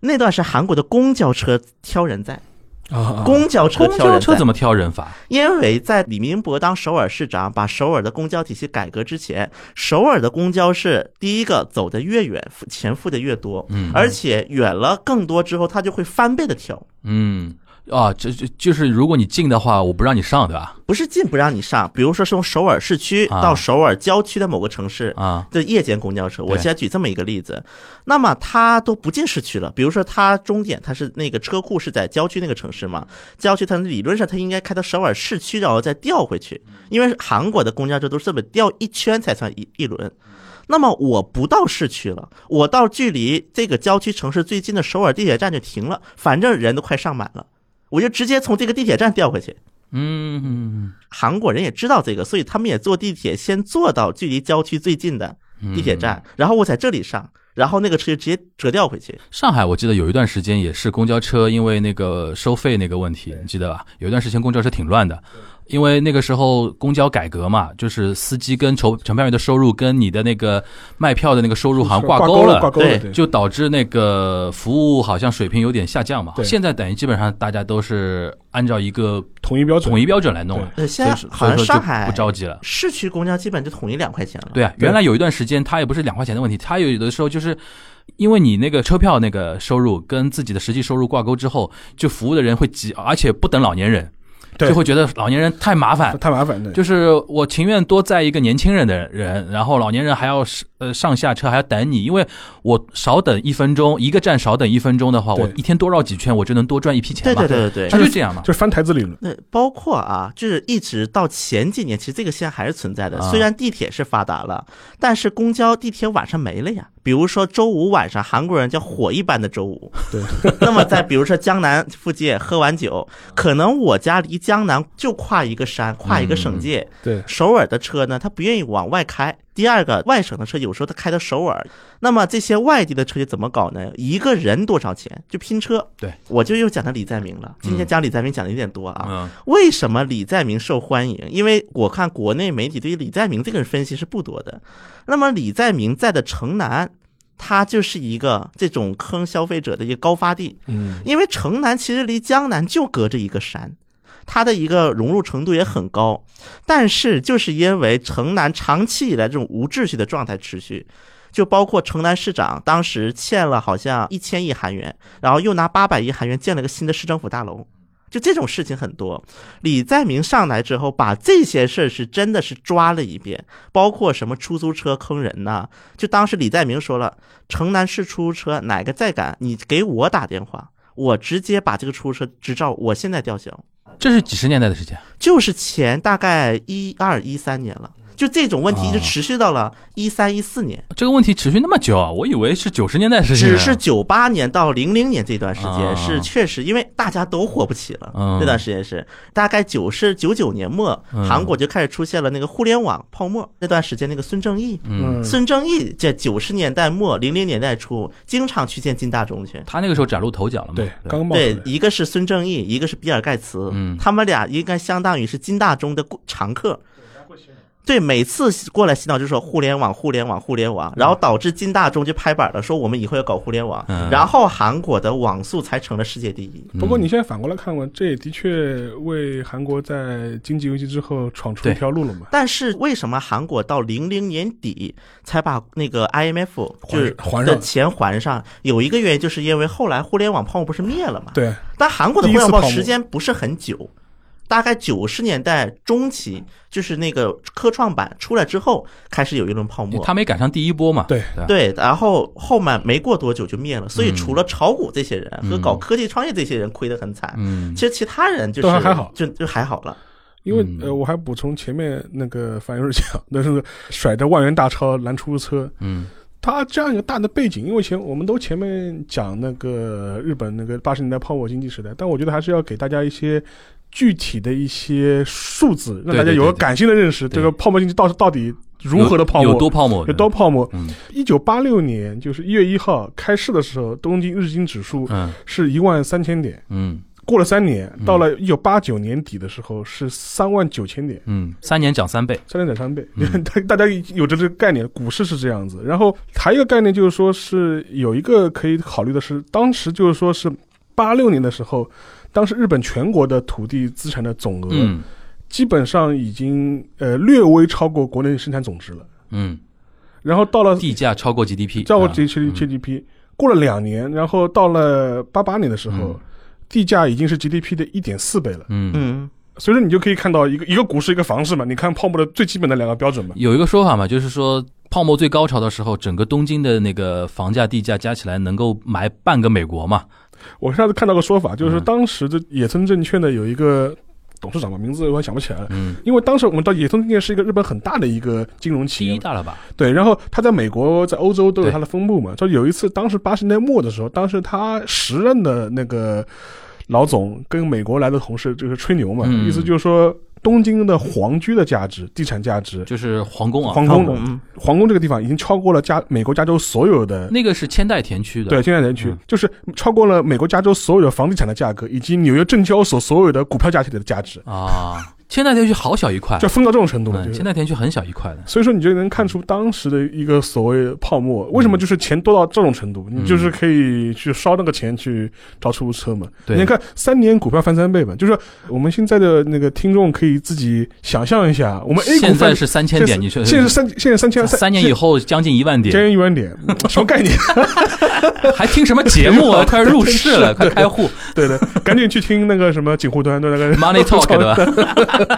S2: 那段是韩国的公交车挑人在，
S4: 啊，
S2: 公交车
S3: 哦公
S2: 挑
S3: 交
S2: 人
S3: 车
S2: 在
S3: 怎。么挑人法？
S2: 因为在李明博当首尔市长，把首尔的公交体系改革之前，首尔的公交是第一个走得越远，付钱付的越多，
S3: 嗯
S2: 而且远了更多之后，它就会翻倍的挑，
S3: 嗯，啊，这这就是如果你进的话，我不让你上，对吧？
S2: 不是进不让你上，比如说是从首尔市区
S3: 啊
S2: 到首尔郊区的某个城市，
S3: 啊，
S2: 这夜间公交车，我
S3: 对
S2: 先举这么一个例子，那么它都不进市区了，比如说它终点，它是那个车库是在郊区那个城市嘛，郊区它理论上它应该开到首尔市区，然后再调回去，因为韩国的公交车都是这么调一圈才算一一轮。那么我不到市区了，我到距离这个郊区城市最近的首尔地铁站就停了，反正人都快上满了，我就直接从这个地铁站调回去。
S3: 嗯，
S2: 韩国人也知道这个，所以他们也坐地铁先坐到距离郊区最近的
S3: 嗯
S2: 地铁站，然后我在这里上，然后那个车就直接折调回去。
S3: 上海我记得有一段时间也是公交车，因为那个收费那个问题，你记得吧？有一段时间公交车挺乱的，因为那个时候公交改革嘛，就是司机跟售售票员的收入跟你的那个卖票的那个收入好像
S4: 挂
S3: 钩
S4: 了，挂钩
S2: 对
S4: 了，对，
S3: 就导致那个服务好像水平有点下降嘛。
S4: 对
S3: 现在等于基本上大家都是按照一个
S4: 统一标准，
S3: 统一标准来弄了，
S2: 呃，
S3: 所
S2: 现
S3: 以
S2: 在
S3: 说
S2: 好
S3: 所
S2: 像
S3: 以说
S2: 上
S3: 就
S2: 海
S3: 不着急了。
S2: 市区公交基本就统一两块钱了。
S3: 对啊，
S4: 对
S3: 原来有一段时间，它也不是两块钱的问题，它有的时候就是因为你那个车票那个收入跟自己的实际收入挂钩之后，就服务的人会急，而且不等老年人，
S4: 对
S3: 就会觉得老年人太麻烦。
S4: 太麻烦了。
S3: 就是我情愿多载一个年轻人的人，然后老年人还要是呃上下车还要等你，因为我少等一分钟，一个站少等一分钟的话，
S4: 对
S3: 我一天多绕几圈，我就能多赚一批钱
S2: 对
S3: 嘛。
S2: 对对对对
S3: 他。就这样嘛。
S4: 就是翻台子理论，
S2: 那包括啊，就是一直到前几年，其实这个现象还是存在的。
S3: 啊
S2: 虽然地铁是发达了，但是公交、地铁晚上没了呀。比如说周五晚上，韩国人叫火一般的周五。
S4: 对，
S2: 那么在比如说江南附近喝完酒，可能我家离江南就跨一个山，跨一个省界。
S4: 对，
S2: 首尔的车呢，他不愿意往外开。第二个，外省的车有时候他开到首尔，那么这些外地的车就怎么搞呢？一个人多少钱就拼车？
S3: 对，
S2: 我就又讲到李在明了。今天讲李在明讲的有点多啊。
S3: 嗯，
S2: 为什么李在明受欢迎？因为我看国内媒体对于李在明这个人分析是不多的。那么李在明在的城南，它就是一个这种坑消费者的一个高发地，
S4: 嗯，
S2: 因为城南其实离江南就隔着一个山。它的一个融入程度也很高，但是就是因为城南长期以来这种无秩序的状态持续，就包括城南市长当时欠了好像一千亿韩元，然后又拿八百亿韩元建了个新的市政府大楼，就这种事情很多。李在明上来之后，把这些事儿是真的是抓了一遍，包括什么出租车坑人呐、就当时李在明说了，城南市出租车哪个再敢，你给我打电话，我直接把这个出租车执照我现在吊销。
S3: 这是几十年代的事情。
S2: 就是前大概一二一三年了，就这种问题一
S3: 啊
S2: 直持续到了一三一四年。
S3: 这个问题持续那么久啊，我以为是九十年代的事情啊呢。
S2: 只是九八年到零零年这段时
S3: 啊
S2: 间是确实，因为大家都火不起了，
S3: 嗯
S2: 那段时间是大概九是九九年末，
S3: 嗯
S2: 韩国就开始出现了那个互联网泡沫。那段时间，那个孙正义，
S3: 嗯，
S2: 孙正义在九十年代末零零年代初经常去见金大中去。
S3: 他那个时候崭露头角了嘛。
S4: 对，刚刚冒出
S2: 对
S4: 来，，
S2: 一个是孙正义，一个是比尔盖茨，
S3: 嗯
S2: 他们俩应该相当于是金大中的过常客。
S4: 嗯
S2: 对，每次过来洗脑就说互联网、互联网、互联网，
S4: 嗯
S2: 然后导致金大中就拍板了，说我们以后要搞互联网
S3: 嗯，
S2: 然后韩国的网速才成了世界第一。
S4: 不过你现在反过来看嘛，这也的确为韩国在经济危机之后闯出一
S3: 对
S4: 条路 了嘛，
S2: 但是为什么韩国到零零年底才把那个 IMF 就是
S4: 还还上
S2: 的钱还上？有一个原因就是因为后来互联网泡沫不是灭了嘛？
S4: 对，
S2: 但韩国的互
S4: 第一
S2: 联
S4: 次
S2: 网
S4: 泡沫
S2: 时间不是很久，大概九十年代中期，就是那个科创板出来之后，开始有一轮泡沫。
S3: 他没赶上第一波嘛。
S4: 对
S3: 吧
S2: 对，然后后面没过多久就灭了，所以
S3: 嗯
S2: 除了炒股这些人和
S3: 嗯
S2: 搞科技创业这些人亏得很惨，
S3: 嗯
S2: 其实其他人就是
S4: 都还还好
S2: 就就还好了。
S4: 因为
S3: 嗯
S4: 呃，我还补充前面那个樊瑞讲，那是甩着万元大钞拦出租车，
S3: 嗯
S4: 它这样一个大的背景，因为前我们都前面讲那个日本那个八十年代泡沫经济时代，但我觉得还是要给大家一些具体的一些数字，让
S3: 对
S4: 大家
S3: 对
S4: 有个
S3: 对
S4: 感性的认识，
S3: 对
S4: 这个泡沫经济到到底如何的泡沫，
S3: 有有多泡沫，
S4: 有多泡沫。
S3: 嗯
S4: 一九八六年就是一月一号开市的时候，东京日经指数
S3: 嗯
S4: 是一万三千点，
S3: 嗯
S4: 过了三年，到了一九八九年底的时候是三万九千点。
S3: 嗯，三年涨三倍，
S4: 三点点三倍
S3: 嗯，
S4: 大、大家有着这个概念，股市是这样子。然后还有一个概念就是说是有一个可以考虑的是，当时就是说是八六年的时候，当时日本全国的土地资产的总额，
S3: 嗯
S4: 基本上已经呃略微超过国内生产总值了。
S3: 嗯，
S4: 然后到了
S3: 地价超过 GDP，
S4: 超过
S3: 啊
S4: G G D P，过了两年，然后到了八八年的时候，
S3: 嗯
S4: 地价已经是 G D P 的一点四倍了。
S3: 嗯。
S2: 嗯，
S4: 所以说你就可以看到一个一个股市一个房市嘛，你看泡沫的最基本的两个标准嘛。
S3: 有一个说法嘛，就是说泡沫最高潮的时候，整个东京的那个房价、地价加起来能够买半个美国嘛。嗯
S4: 我上次看到个说法，就是说当时这野村证券的有一个董事长吧，名字我还想不起来了。
S3: 嗯，
S4: 因为当时我们知道野村证券是一个日本很大的一个金融企
S3: 第
S4: 业
S3: 一
S4: 嘛，
S3: 大了吧？
S4: 对，然后他在美国、在欧洲都有
S3: 对
S4: 他的分部嘛。就有一次，当时八十年代末的时候，当时他时任的那个老总跟美国来的同事就是吹牛嘛，
S3: 嗯
S4: 意思就是说东京的皇居的价值、地产价值，
S3: 就是皇宫啊，
S4: 皇
S2: 好
S4: 宫
S2: 嗯嗯
S4: 皇宫这个地方已经超过了加美国加州所有的。
S3: 那个是千代田区的，
S4: 对，现在人区、
S3: 嗯
S4: 就是超过了美国加州所有的房地产的价格，以及纽约证交所所有的股票价值的价值，
S3: 啊，千代田区好小一块
S4: 就，疯到这种程度
S3: 嗯，
S4: 了。就是
S3: 千代田区很小一块的，
S4: 所以说你就能看出当时的一个所谓泡沫，为什么就是钱多到这种程度？
S3: 嗯
S4: 你就是可以去烧那个钱去找出租车嘛。
S3: 对
S4: 你看三年股票翻三倍嘛，就是说我们现在的那个听众可以自己想象一下，我们 A 股
S3: 现在
S4: 翻
S3: 是三千
S4: 现在
S3: 点，你说
S4: 现在是三现在三千
S3: 三年以
S4: 后。
S3: 后将近一万
S4: 将
S3: 点，
S4: 近一万点，什么概念？
S3: 还听什么节目 啊？快入市了，快开户
S4: 对的，赶紧去听那个什么锦湖端的那个
S3: ，Money Talk 对吧？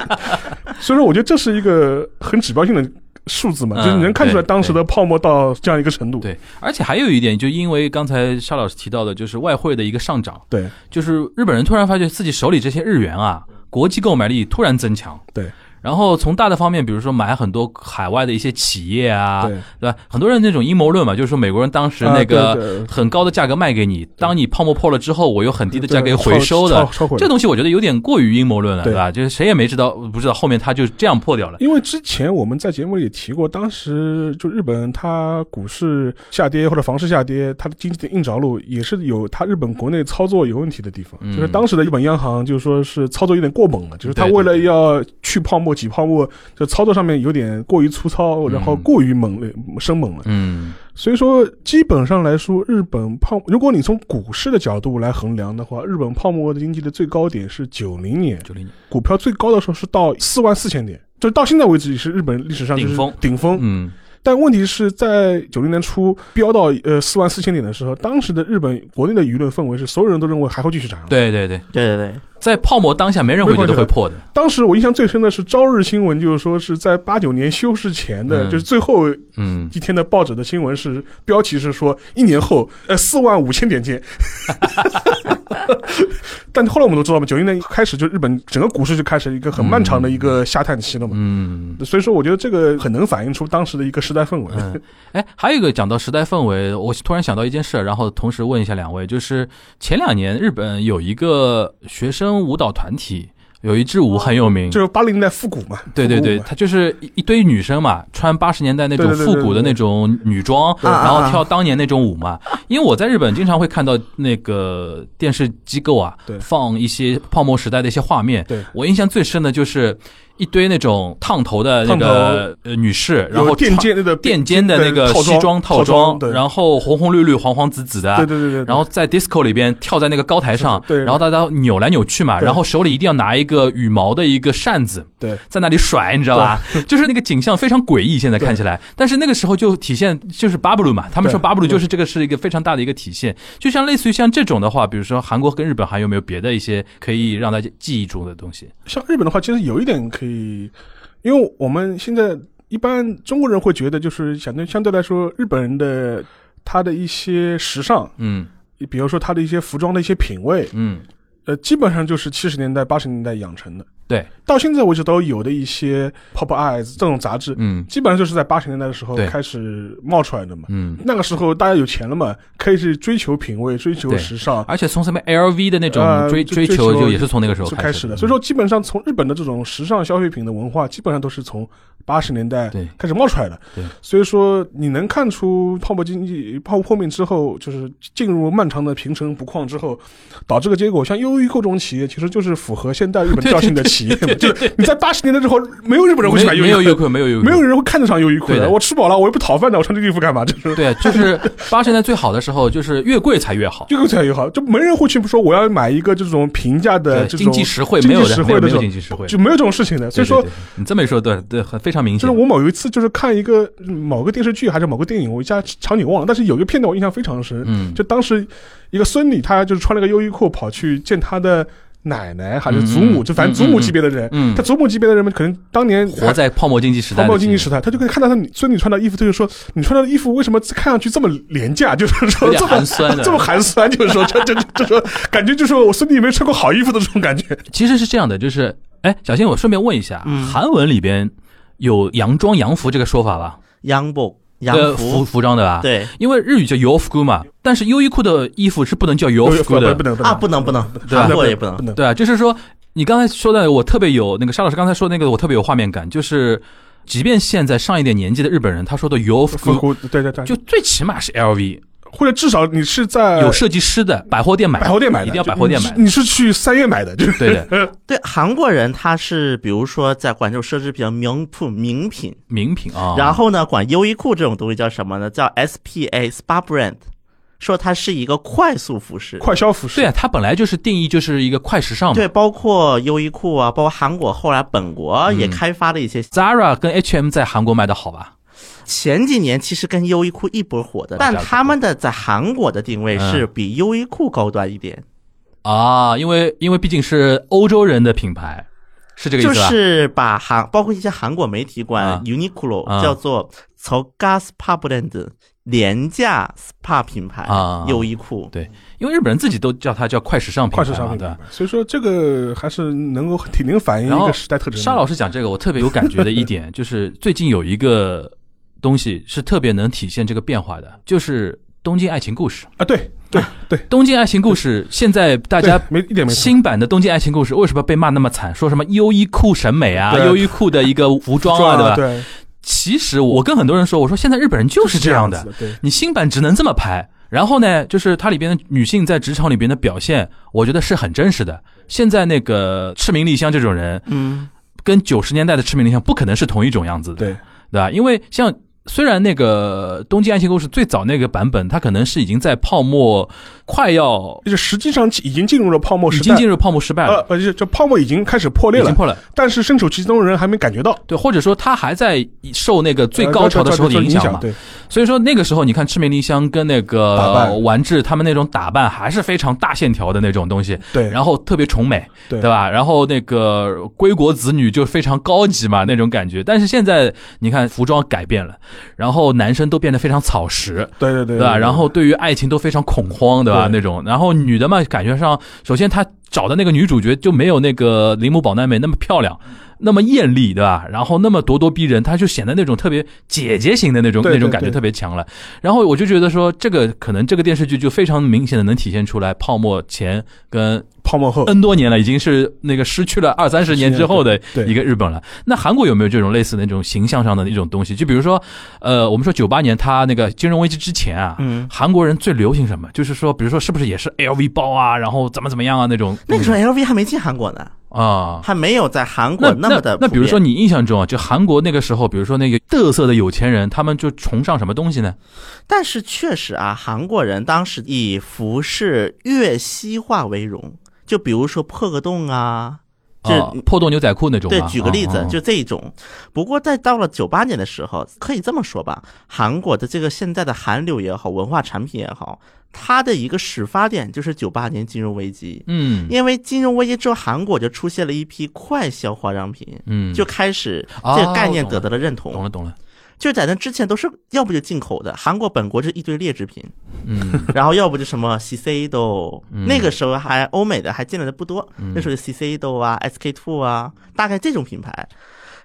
S4: 所以说，我觉得这是一个很指标性的数字嘛，
S3: 嗯
S4: 就是你能看出来
S3: 对
S4: 当时的泡沫到这样一个程度。
S3: 对，而且还有一点，就因为刚才沙老师提到的，就是外汇的一个上涨，
S4: 对
S3: 就是日本人突然发觉自己手里这些日元啊，国际购买力突然增强。
S4: 对。
S3: 然后从大的方面，比如说买很多海外的一些企业啊，
S4: 对
S3: 对吧？很多人那种阴谋论嘛，就是说美国人当时
S4: 啊
S3: 那
S4: 对对
S3: 个
S4: 对
S3: 很高的价格卖给你，当你泡沫破了之后，我用很低的价格给
S4: 对
S3: 回收
S4: 超
S3: 的
S4: 超。超回来
S3: 这东西我觉得有点过于阴谋论了，
S4: 对
S3: 对吧？就是谁也没知道，不知道后面它就这样破掉了。
S4: 因为之前我们在节目里也提过，当时就日本它股市下跌或者房市下跌，它的经济的硬着陆也是有它日本国内操作有问题的地方。
S3: 嗯
S4: 就是当时的日本央行就是说是操作有点过猛了，就是它
S3: 对对
S4: 为了要去泡沫、挤泡沫，就操作上面有点过于粗糙，
S3: 嗯
S4: 然后过于猛了、生猛了。
S3: 嗯，
S4: 所以说，基本上来说，日本泡，如果你从股市的角度来衡量的话，日本泡沫的经济的最高点是九零年，
S3: 九零年，
S4: 股票最高的时候是到四万四千点，就是到现在为止也是日本历史上就是
S3: 顶峰
S4: 顶峰。
S3: 嗯，
S4: 但问题是在九零年初飙到呃四万四千点的时候，当时的日本国内的舆论氛围是所有人都认为还会继续涨。，
S3: 对对对，
S2: 对对对，
S3: 在泡沫当下，没人会觉得会破的。
S4: 当时我印象最深的是朝日新闻，就是说是在八九年休市前的，
S3: 嗯
S4: 就是最后
S3: 嗯，
S4: 一天的报纸的新闻是标题是说一年后呃四万五千点见。 但后来我们都知道嘛，九零年开始就日本整个股市就开始一个很漫长的一个下探期了嘛。
S3: 嗯，
S4: 所以说，我觉得这个很能反映出当时的一个时代氛围。
S3: 嗯哎，还有一个讲到时代氛围，我突然想到一件事，然后同时问一下两位，就是前两年日本有一个学生舞蹈团体，有一支舞很有名，
S4: 就是八零年代复古嘛，
S3: 对对对，
S4: 复古舞嘛
S3: 她就是一一堆女生嘛，穿八十年代那种
S4: 对对对
S3: 复
S4: 对
S3: 古的
S4: 对
S3: 那种女装，
S2: 对
S3: 然
S2: 啊啊
S3: 后
S2: 啊
S3: 跳当年那种舞嘛。因为我在日本经常会看到那个电视机构啊
S4: 对，
S3: 放一些泡沫时代的一些画面。
S4: 对
S3: 我印象最深的就是一堆那种烫头的那个呃女士，然后
S4: 有垫
S3: 穿
S4: 肩那个
S3: 垫肩的那个
S4: 套
S3: 西装
S4: 套
S3: 装，
S4: 对
S3: 然后红红绿绿、黄黄紫紫的，啊
S4: 对对对对，
S3: 然后在 disco 里边跳在那个高台上
S4: 是，对
S3: 然后大家扭来扭去嘛，
S4: 对
S3: 然后手里一定要拿一个羽毛的一个扇子，
S4: 对，
S3: 在那里甩，你知道吧？ 就是那个景象非常诡异，现在看起来，但是那个时候就体现就是巴布鲁嘛，他们说
S4: 对
S3: 巴布鲁就是这个是一个非常大的一个体现，就像类似于像这种的话，比如说韩国跟日本还有没有别的一些可以让大家记忆住的东西？
S4: 像日本的话，其实有一点可以，因为我们现在一般中国人会觉得，就是相对相对来说，日本人的他的一些时尚，
S3: 嗯
S4: 比如说他的一些服装的一些品味，
S3: 嗯，
S4: 呃，基本上就是七十年代、八十年代养成的，
S3: 对，
S4: 到现在为止都有的一些 Pop Eyes 这种杂志，
S3: 嗯
S4: 基本上就是在八十年代的时候
S3: 对
S4: 开始冒出来的嘛。
S3: 嗯。
S4: 那个时候大家有钱了嘛，可以去追求品味、追求
S3: 对
S4: 时尚，
S3: 而且从什么 LV 的那种
S4: 呃
S3: 追
S4: 就
S3: 追
S4: 追
S3: 求，
S4: 求
S3: 就也是从那个时候
S4: 是开始
S3: 始嗯
S4: 的。所以说，基本上从日本的这种时尚消费品的文化，基本上都是从八十年代
S3: 对
S4: 开始冒出来的
S3: 对。
S4: 所以说，你能看出泡沫经济泡沫破灭之后，就是进入漫长的平成不况之后，导致个结果，像优衣库这种企业，其实就是符合现代 日本调性的企业嘛。就是你在八十年代之后，没有日本人会去买
S3: 没
S4: 优
S3: 没有
S4: 衣
S3: 优
S4: 库。
S3: 酷，没有优酷，
S4: 没有人会看得上优衣库
S3: 对的
S4: 我吃饱了，我又不讨饭的，我穿这个衣服干嘛？就是
S3: 对，就是八十年代最好的时候，就是越贵才越好，
S4: 这个才友好，就没人会去说我要买一个这种平价的
S3: 对
S4: 这
S3: 经
S4: 种
S3: 济实惠，
S4: 经
S3: 没有
S4: 济
S3: 的，
S4: 实
S3: 没
S4: 惠
S3: 有
S4: 的
S3: 没
S4: 这
S3: 有
S4: 种
S3: 经济实惠。
S4: 就没有这种事情的。所以说
S3: 对，对对你这么一说，对对，很非常明
S4: 就
S3: 显
S4: 是。我某一次就是看一个嗯某个电视剧还是某个电影，我一下场景忘了，但是有一个片段我印象非常深，
S3: 嗯
S4: 就当时一个孙女她就是穿了个优衣库跑去见她的奶奶还是祖
S3: 嗯
S4: 母，
S3: 嗯
S4: 就反正祖母级别的人，
S3: 嗯
S4: 她祖母级别的人们可能当年
S3: 活。在泡沫经济时代
S4: 环
S3: 的记忆，
S4: 保经济时代，她就可以看到她孙女穿的衣服，她就说：“你穿的衣服为什么看上去这么廉价？就是说
S3: 有
S4: 这
S3: 点
S4: 么
S3: 寒酸的
S4: 这么寒酸，就是说，这这这这说，感觉就是我孙女没穿过好衣服的这种感觉。
S3: 其实是这样的，就是。哎，小新，我顺便问一下，
S2: 嗯
S3: 韩文里边有洋装、洋服这个说法吧？
S2: 洋布
S3: 呃
S2: 洋
S3: 服
S2: 服，
S3: 服装的吧？，
S2: 对
S3: 因为日语叫 y o f g u 嘛，但是优衣库的衣服是不能叫 y o
S4: 不
S3: f g u
S4: 能不
S3: 的，
S4: 能
S2: 啊，不能不能，
S3: 对吧
S2: 韩国也不
S4: 不
S2: 能。
S4: 能，
S3: 对啊，就是说你刚才说的，我特别有那个沙老师刚才说的那个，我特别有画面感，就是即便现在上一点年纪的日本人，他说的 y o f g
S4: 复
S3: u
S4: 古对对对，
S3: 就最起码是 LV，
S4: 或者至少你是在
S3: 有设计师的百货店买的，
S4: 呃百货店买的，
S3: 一定要百货店买
S4: 就嗯
S3: 的
S4: 你是你是去三月买的，就是
S3: 对的，
S2: 对韩国人，他是比如说在管这种奢侈品、名铺、名品，
S3: 名品啊。
S2: 然后呢，管优衣库这种东西叫什么呢？叫 SPA Spa Brand，说它是一个快速服饰。
S4: 快消服饰
S3: 对啊，它本来就是定义就是一个快时尚嘛。
S2: 对，包括优衣库啊，包括韩国后来本国啊也
S3: 嗯
S2: 开发了一些。
S3: Zara 跟 H&M 在韩国卖的好吧？
S2: 前几年其实跟优衣库一波火的，
S3: 大家嗯
S2: 但
S3: 都
S2: 他们的在韩国的定位是比优衣库高端一点，
S3: 啊，因为因为毕竟是欧洲人的品牌，是这个意
S2: 就
S3: 思吧？
S2: 是把韩包括一些韩国媒体管
S3: 啊
S2: Uniqlo、
S3: 啊
S2: 叫做从 Gas Spa Brand 廉价 SPA 品牌，
S3: 啊
S2: 优衣库。
S3: 对，因为日本人自己都叫它叫快时尚品牌
S4: 快
S3: 嘛，
S4: 时尚品
S3: 对
S4: 牌
S3: 吧。，
S4: 所以说这个还是能够挺能反映
S3: 然
S4: 一
S3: 后
S4: 个时代特征的。
S3: 沙老师讲这个，我特别有感觉的一点就是，最近有一个东西是特别能体现这个变化的，就是《东京爱情故事》。
S4: 啊，对对对，
S3: 《东京爱情故事》现在大家
S4: 对没一点没错
S3: 新版的《东京爱情故事》为什么被骂那么惨？说什么优衣库审美啊，
S4: 对
S3: 优衣库的一个服 装啊，
S4: 装
S3: 对吧？
S4: 对，
S3: 其实我跟很多人说，我说现在日本人就是这样
S4: 子
S3: 的，
S4: 的，对。
S3: 你新版只能这么拍。然后呢，就是它里边的女性在职场里边的表现，我觉得是很真实的。现在那个赤名莉香这种人，
S2: 嗯，
S3: 跟九十年代的赤名莉香不可能是同一种样子的，
S4: 对
S3: 对吧？因为像虽然那个《东京爱情故事》最早那个版本，它可能是已经在泡沫快要
S4: 就是实际上已经进入了泡沫
S3: 已
S4: 时
S3: 经
S4: 代，
S3: 进入泡沫失败
S4: 呃
S3: 了，，
S4: 不是，这泡沫已经开始破裂
S3: 已经
S4: 了，
S3: 破了。
S4: 但是身处其中的人还没感觉到
S3: 对，或者说它还在受那个最高潮的时候的
S4: 呃影
S3: 响嘛，
S4: 对，
S3: 所以说那个时候你看赤面绫香跟那
S4: 打
S3: 个
S4: 扮
S3: 丸治他们那种打扮还是非常大线条的那种东西，
S4: 对
S3: 然后特别崇美，
S4: 对
S3: 对吧？然后那个归国子女就非常高级嘛那种感觉，但是现在你看服装改变了，然后男生都变得非常草食，
S4: 对对对
S3: 对吧？然后对于爱情都非常恐慌，对吧？
S4: 对
S3: 那种，然后女的嘛，感觉上，首先她找的那个女主角就没有那个铃木保奈美那么漂亮，那么艳丽，对吧？然后那么咄咄逼人，她就显得那种特别姐姐型的那种
S4: 对
S3: 那种
S4: 对
S3: 感觉
S4: 对
S3: 特别强了。然后我就觉得说，这个可能这个电视剧就非常明显的能体现出来，泡沫前跟
S4: 泡沫后
S3: N 多年了，已经是那个失去了二三十年之后的
S4: 对
S3: 一个日本了。那韩国有没有这种类似的那种形象上的一种东西？就比如说，呃，我们说九八年它那个金融危机之前啊，
S2: 嗯
S3: 韩国人最流行什么？就是说，比如说是不是也是 LV 包啊，然后怎么怎么样啊那种
S2: 那个时候 LV 还没进韩国呢，
S3: 啊。
S2: 还没有在韩
S3: 那
S2: 国么的
S3: 那比如
S2: 普遍
S3: 说你印象中啊，就韩国那个时候，比如说那个嘚瑟的有钱人，他们就崇尚什么东西呢？
S2: 但是确实啊，韩国人当时以服饰越西化为荣，就比如说破个洞啊，就、
S3: 啊，破洞牛仔裤那种吗。
S2: 对，举个例子，
S3: 啊啊
S2: 就这一种。不过在到了九八年的时候，可以这么说吧，韩国的这个现在的韩流也好，文化产品也好，它的一个始发点就是九八年金融危机。
S3: 嗯
S2: 因为金融危机之后，韩国就出现了一批快消化妆品，
S3: 嗯，
S2: 就开始
S3: 啊
S2: 这个概
S3: 我
S2: 念
S3: 懂
S2: 得到了认
S3: 懂
S2: 同。
S3: 了懂了，
S2: 就在那之前都是要不就进口的，韩国本国是一堆劣质品，
S3: 嗯
S2: 然后要不就什么 CC 豆，
S3: 嗯
S2: 那个时候还欧美的还进来的不多， 那时候就 CC 豆啊、SK two 啊，大概这种品牌。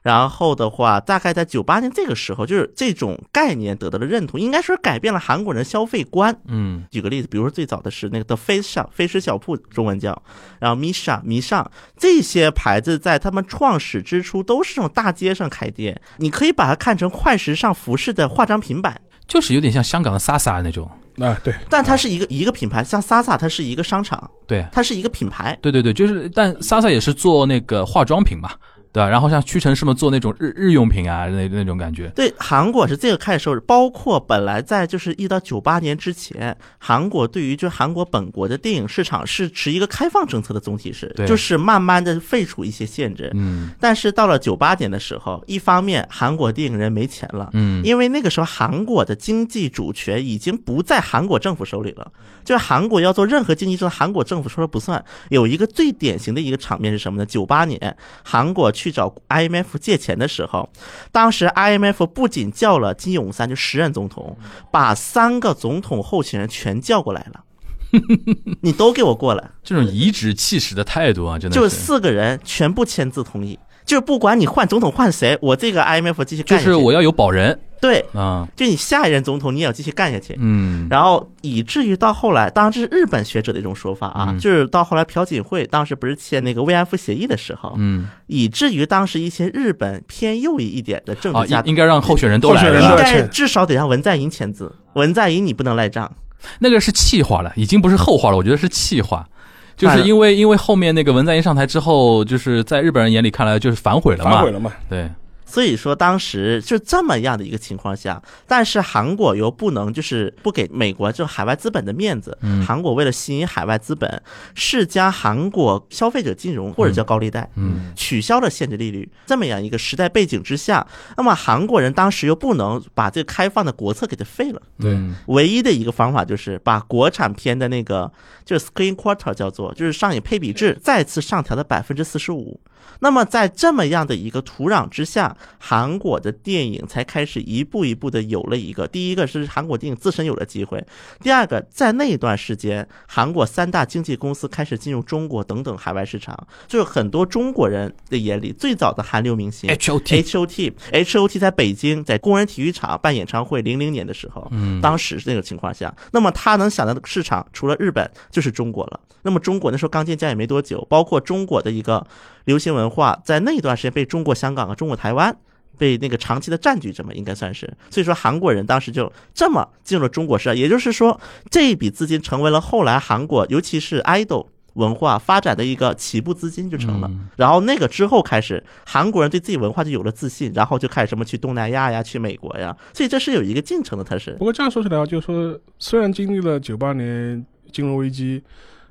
S2: 然后的话，大概在九八年这个时候，就是这种概念得到了认同，应该说改变了韩国人的消费观。
S3: 嗯
S2: 举个例子，比如说最早的是那个 The Face Shop 飞驰小铺，中文叫，然后 Misha 迷上这些牌子，在他们创始之初都是这种大街上开店，你可以把它看成快时尚服饰的化妆品版。
S3: 就是有点像香港的 Sasa 那种。
S4: 啊，对，
S2: 但它是一个一个品牌，像 Sasa 它是一个商场，
S3: 对，
S2: 它是一个品牌。
S3: 对对对，就是，但莎莎也是做那个化妆品嘛，对吧？然后像屈臣氏嘛，做那种日日用品啊，那那种感觉。
S2: 对韩国是这个开始受，包括本来在就是一到九八年之前，韩国对于就韩国本国的电影市场是持一个开放政策的，总体是
S3: 对
S2: 就是慢慢的废除一些限制。
S3: 嗯
S2: 但是到了九八年的时候，一方面韩国电影人没钱了，
S3: 嗯
S2: 因为那个时候韩国的经济主权已经不在韩国政府手里了，就是韩国要做任何经济政策，韩国政府说了不算。有一个最典型的一个场面是什么呢？九八年韩国去找 IMF 借钱的时候，当时 IMF 不仅叫了金泳三，就时任总统，把三个总统候选人全叫过来了。你都给我过来，
S3: 这种颐指气使的态度啊，真的
S2: 就是四个人全部签字同意，就是不管你换总统换谁，我这个 IMF 继续
S3: 就
S2: 干下去。
S3: 是我要有保人
S2: 对，
S3: 啊，
S2: 就你下一任总统你也要继续干下去。
S3: 嗯，
S2: 然后以至于到后来，当然这是日本学者的一种说法啊，
S3: 嗯
S2: 就是到后来朴槿惠当时不是签那个慰安妇协议的时候，
S3: 嗯
S2: 以至于当时一些日本偏右一点的政
S3: 啊，
S2: 治家，
S3: 应应该让候选人都
S4: 候
S3: 来
S4: 选人
S2: 应
S4: 都
S3: 了，啊
S4: 来
S2: 该
S4: 签
S2: 至少得让文在寅签字，文在寅你不能赖账。
S3: 那个是气话了，已经不是后话了，我觉得是气话。
S2: 哎
S3: 就是因为因为后面那个文在寅上台之后，就是在日本人眼里看来就是反悔了嘛
S4: 反悔，了嘛？
S3: 对，
S2: 所以说，当时就这么样的一个情况下，但是韩国又不能就是不给美国就海外资本的面子。
S3: 嗯
S2: 韩国为了吸引海外资本，是将韩国消费者金融或者叫高利贷，
S3: 嗯
S2: 取消了限制利率，这么样一个时代背景之下，那么韩国人当时又不能把这个开放的国策给它废了。
S3: 对，
S2: 唯一的一个方法就是把国产片的那个就是 screen quarter 叫做就是上映配比制再次上调了百分之四十五。那么在这么样的一个土壤之下，韩国的电影才开始一步一步的有了一个，第一个是韩国电影自身有了机会，第二个在那一段时间，韩国三大经纪公司开始进入中国等等海外市场，就是很多中国人的眼里最早的韩流明星
S3: H O T，
S2: H O T H O T 在北京在工人体育场办演唱会，零零年的时候，
S3: 嗯，
S2: 当时是那种情况下，那么他能想到的市场除了日本就是中国了。那么中国那时候刚建交也没多久，包括中国的一个流行文化，在那一段时间被中国香港和中国台湾。被那个长期的占据着嘛，应该算是，所以说韩国人当时就这么进入了中国市场，也就是说，这一笔资金成为了后来韩国，尤其是 idol 文化发展的一个起步资金，就成了。
S3: 嗯
S2: 然后那个之后开始，韩国人对自己文化就有了自信，然后就开始什么去东南亚呀，去美国呀，所以这是有一个进程的，它是
S4: 不。过这样说起来啊，就是说，虽然经历了九八年金融危机，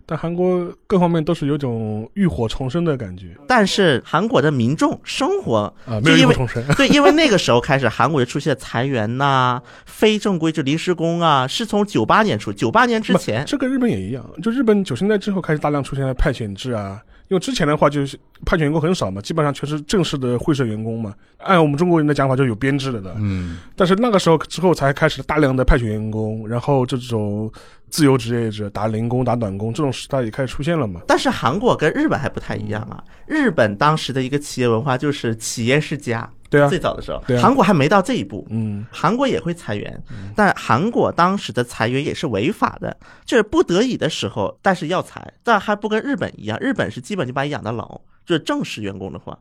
S4: 但韩国各方面都是有种浴火重生的感觉
S2: 但是韩国的民众生活，就
S4: 啊，没有浴
S2: 因
S4: 火
S2: 为
S4: 重生。
S2: 对，因为那个时候开始，韩国就出现裁员呐、非正规就临时工啊，是从九八年出，九八年之前，
S4: 这个日本也一样，就日本九十年代之后开始大量出现了派遣制啊，因为之前的话就是派遣员工很少嘛，基本上全是正式的会社员工嘛，按我们中国人的讲法就有编制了的。
S3: 嗯，
S4: 但是那个时候之后才开始大量的派遣员工，然后这种自由职业者打零工、打短工这种时代也开始出现了嘛。
S2: 但是韩国跟日本还不太一样啊，日本当时的一个企业文化就是企业是家，
S4: 对啊
S2: 最，早的时候
S4: 对，啊
S2: 韩国还没到这一步，
S4: 嗯，
S2: 韩国也会裁员，
S3: 嗯
S2: 但韩国当时的裁员也是违法的，就是不得已的时候，但是要裁，但还不跟日本一样，日本是基本就把你养到老，就是正式员工的话。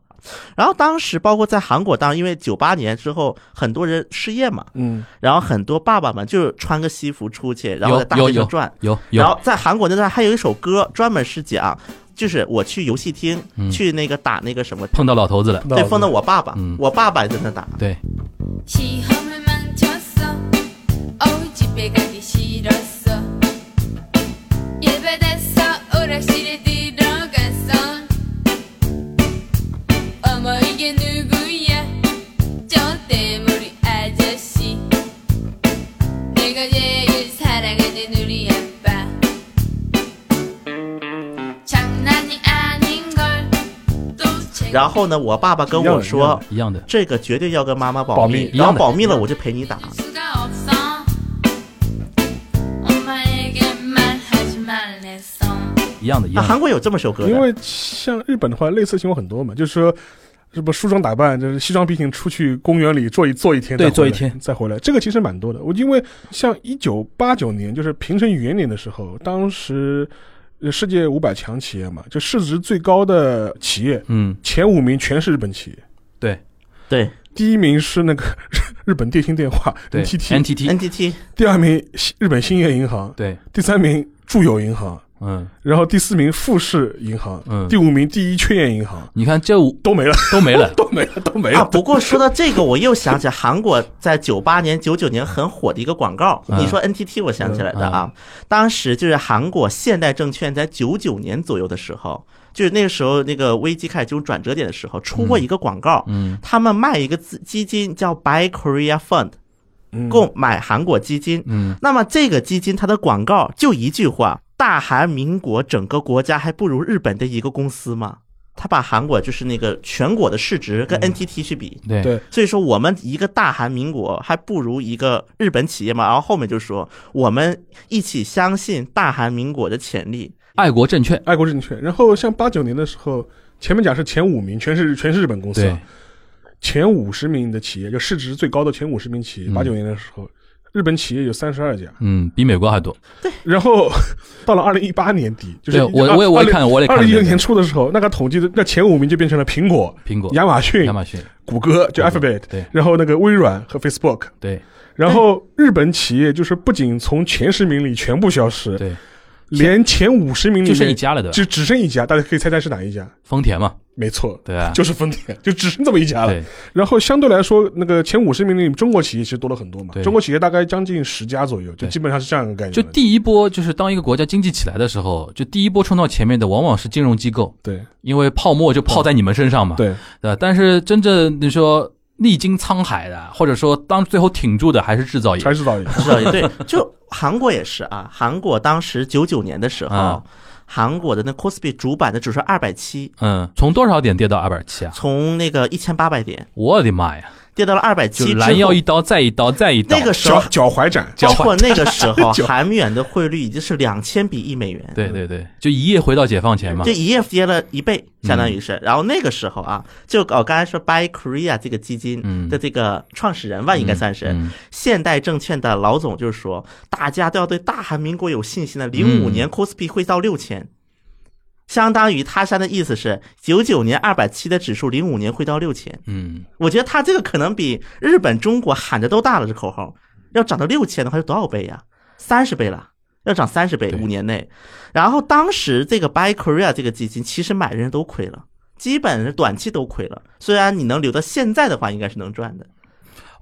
S2: 然后当时包括在韩国，当然因为九八年之后很多人失业嘛，
S4: 嗯，
S2: 然后很多爸爸们就穿个西服出去，然后在大
S3: 有
S2: 街
S3: 有
S2: 上转。
S3: 有
S2: 然
S3: 有，
S2: 后在韩国那段还有一首歌专门是讲，就是我去游戏厅、
S3: 嗯
S2: 去那个打那个什么，
S3: 碰到老头子了，
S2: 对，碰到我爸爸，
S3: 嗯
S2: 我爸爸也在那打。
S3: 对，
S5: 시험을 망쳤어 어우 집에 가기 싫었어 예배됐어 오락실에 들어갔어 어머 이게 누구야 저 때머리 아저씨 내가 제일 사랑하는 우리 아빠 장난이 아닌걸 또 제가
S2: 然后呢，我爸爸跟
S4: 一样
S2: 我
S4: 的一
S2: 说
S4: 样的，
S3: 一样的，
S2: 这个绝对要跟妈妈保
S4: 保密
S2: 然
S3: 一样
S2: 后
S3: 的
S2: 保密了我就陪你打。
S5: 수가 없어 엄마에게 말하지 말랬어
S3: 一样的，一
S2: 那
S3: 样的
S2: 啊韩，国有这么首歌的，
S4: 因为像日本的话，类似情况很多嘛，就是说。什么梳妆打扮，就是西装笔挺，出去公园里坐一坐一天，
S3: 对
S4: 再回来
S3: 坐一天
S4: 再回来，这个其实蛮多的。我因为像一九八九年，就是平成元年的时候，当时呃世界五百强企业嘛，就市值最高的企业
S3: 嗯，
S4: 前五名全是日本企业，
S3: 对
S2: 对
S4: 第一名是那个 日本电信电话
S3: 对
S4: NTT，
S3: NTT，
S2: NTT
S4: 第二名西日本兴业银行，
S3: 对，
S4: 第三名住友银行，
S3: 嗯，
S4: 然后第四名富士银行，
S3: 嗯
S4: 第五名第一确业银行
S3: 你看这五
S4: 都没了。 ，
S3: 都没了
S4: 都没了，都
S3: 哎
S4: 没
S2: 啊。
S4: 了。
S2: 不过说到这个，我又想起韩国在九八年、九九年很火的一个广告。
S3: 嗯
S2: 你说 NTT，我想起来的啊。当时就是韩国现代证券在九九年左右的时候，就是那个时候那个危机开始进入转折点的时候，出过一个广告，
S3: 嗯
S2: 他们卖一个资基金叫 Buy Korea Fund，
S4: 嗯
S2: 购买韩国基金。
S3: 嗯，
S2: 那么这个基金它的广告就一句话：大韩民国整个国家还不如日本的一个公司吗？他把韩国就是那个全国的市值
S3: 嗯
S2: 跟 NTT 去比，
S3: 对
S4: 对
S2: 所以说我们一个大韩民国还不如一个日本企业嘛。然后后面就说我们一起相信大韩民国的潜力，
S3: 爱国证券，
S4: 爱国证券。然后像八九年的时候，前面讲是前五名，全是全是日本公司、
S3: 对
S4: 啊，，前五十名的企业，就市值最高的前五十名企业，
S3: 嗯
S4: 八九年的时候，日本企业有三十二家。
S3: 嗯，比美国还多。
S4: 然后到了二零一八年底，就是
S3: 对我我也我也看我也看
S4: 二
S3: 了
S4: 零一
S3: 那
S4: 零
S3: 个
S4: 年初的时候，那个统计的那前五名就变成了苹果、
S3: 苹果、
S4: 亚马逊、
S3: 亚马逊，
S4: 谷歌，就 Alphabet，
S3: 对
S4: 然后那个微软和 Facebook，
S3: 对
S4: 然后日本企业就是不仅从前十名里全部消失，
S3: 对，
S4: 连前五十名里
S3: 就剩一
S4: 面
S3: 家了，对啊吧？
S4: 只只剩一家，大家可以猜猜是哪一家？
S3: 丰田嘛，
S4: 没错，
S3: 对啊，
S4: 就是丰田， 就只剩这么一家了。
S3: 对
S4: 然后相对来说，那个前五十名里，中国企业其实多了很多嘛
S3: 对，
S4: 中国企业大概将近十家左右，就
S3: 对
S4: 基本上是这样一个概念
S3: 就
S4: 了。
S3: 第一波，就是当一个国家经济起来的时候，就第一波冲到前面的往往是金融机构，
S4: 对
S3: 因为泡沫就泡在你们身上嘛，
S4: 对，
S3: 对吧？但是真正你说历经沧海的，或者说当最后挺住的还是制造业，
S4: 还是导演。
S2: 知道也 对，就韩国也是啊，韩国当时九九年的时候，
S3: 啊
S2: 韩国的那 Kospi 主板的指数二百七，
S3: 嗯，从多少点跌到二百七啊？
S2: 从那个一千八百点
S3: 我的妈呀！
S2: 跌到了二百
S3: 就
S2: 七，
S3: 拦腰一刀，再一刀，再一刀。
S2: 那个时
S4: 脚
S2: 候。
S4: 脚踝展，
S3: 脚
S2: 包
S3: 踝
S2: 括那个 时候，
S4: 脚
S2: 韩元的汇率已经是两千比一美元，
S3: 对对对，就一夜回到解放前嘛
S2: 这。一夜跌了一倍，
S3: 嗯
S2: 相当于是。然后那个时候啊，就我刚才说 Buy Korea 这个基金的这个创始人吧，应该算是、
S3: 嗯
S2: 现代证券的老总，就是说大家都要对大韩民国有信心的。零五
S3: 嗯
S2: 年 c o s p i 会到六千、相当于他现在的意思是九九年二百七的指数，零五年会到六千。
S3: 嗯，
S2: 我觉得他这个可能比日本、中国喊的都大了，这口号要涨到六千的话，有多少倍呀、三十倍了，要涨三十倍，
S3: 对
S2: 五年内。然后当时这个 Buy Korea 这个基金，其实买的人都亏了，基本是短期都亏了。虽然你能留到现在的话，应该是能赚的。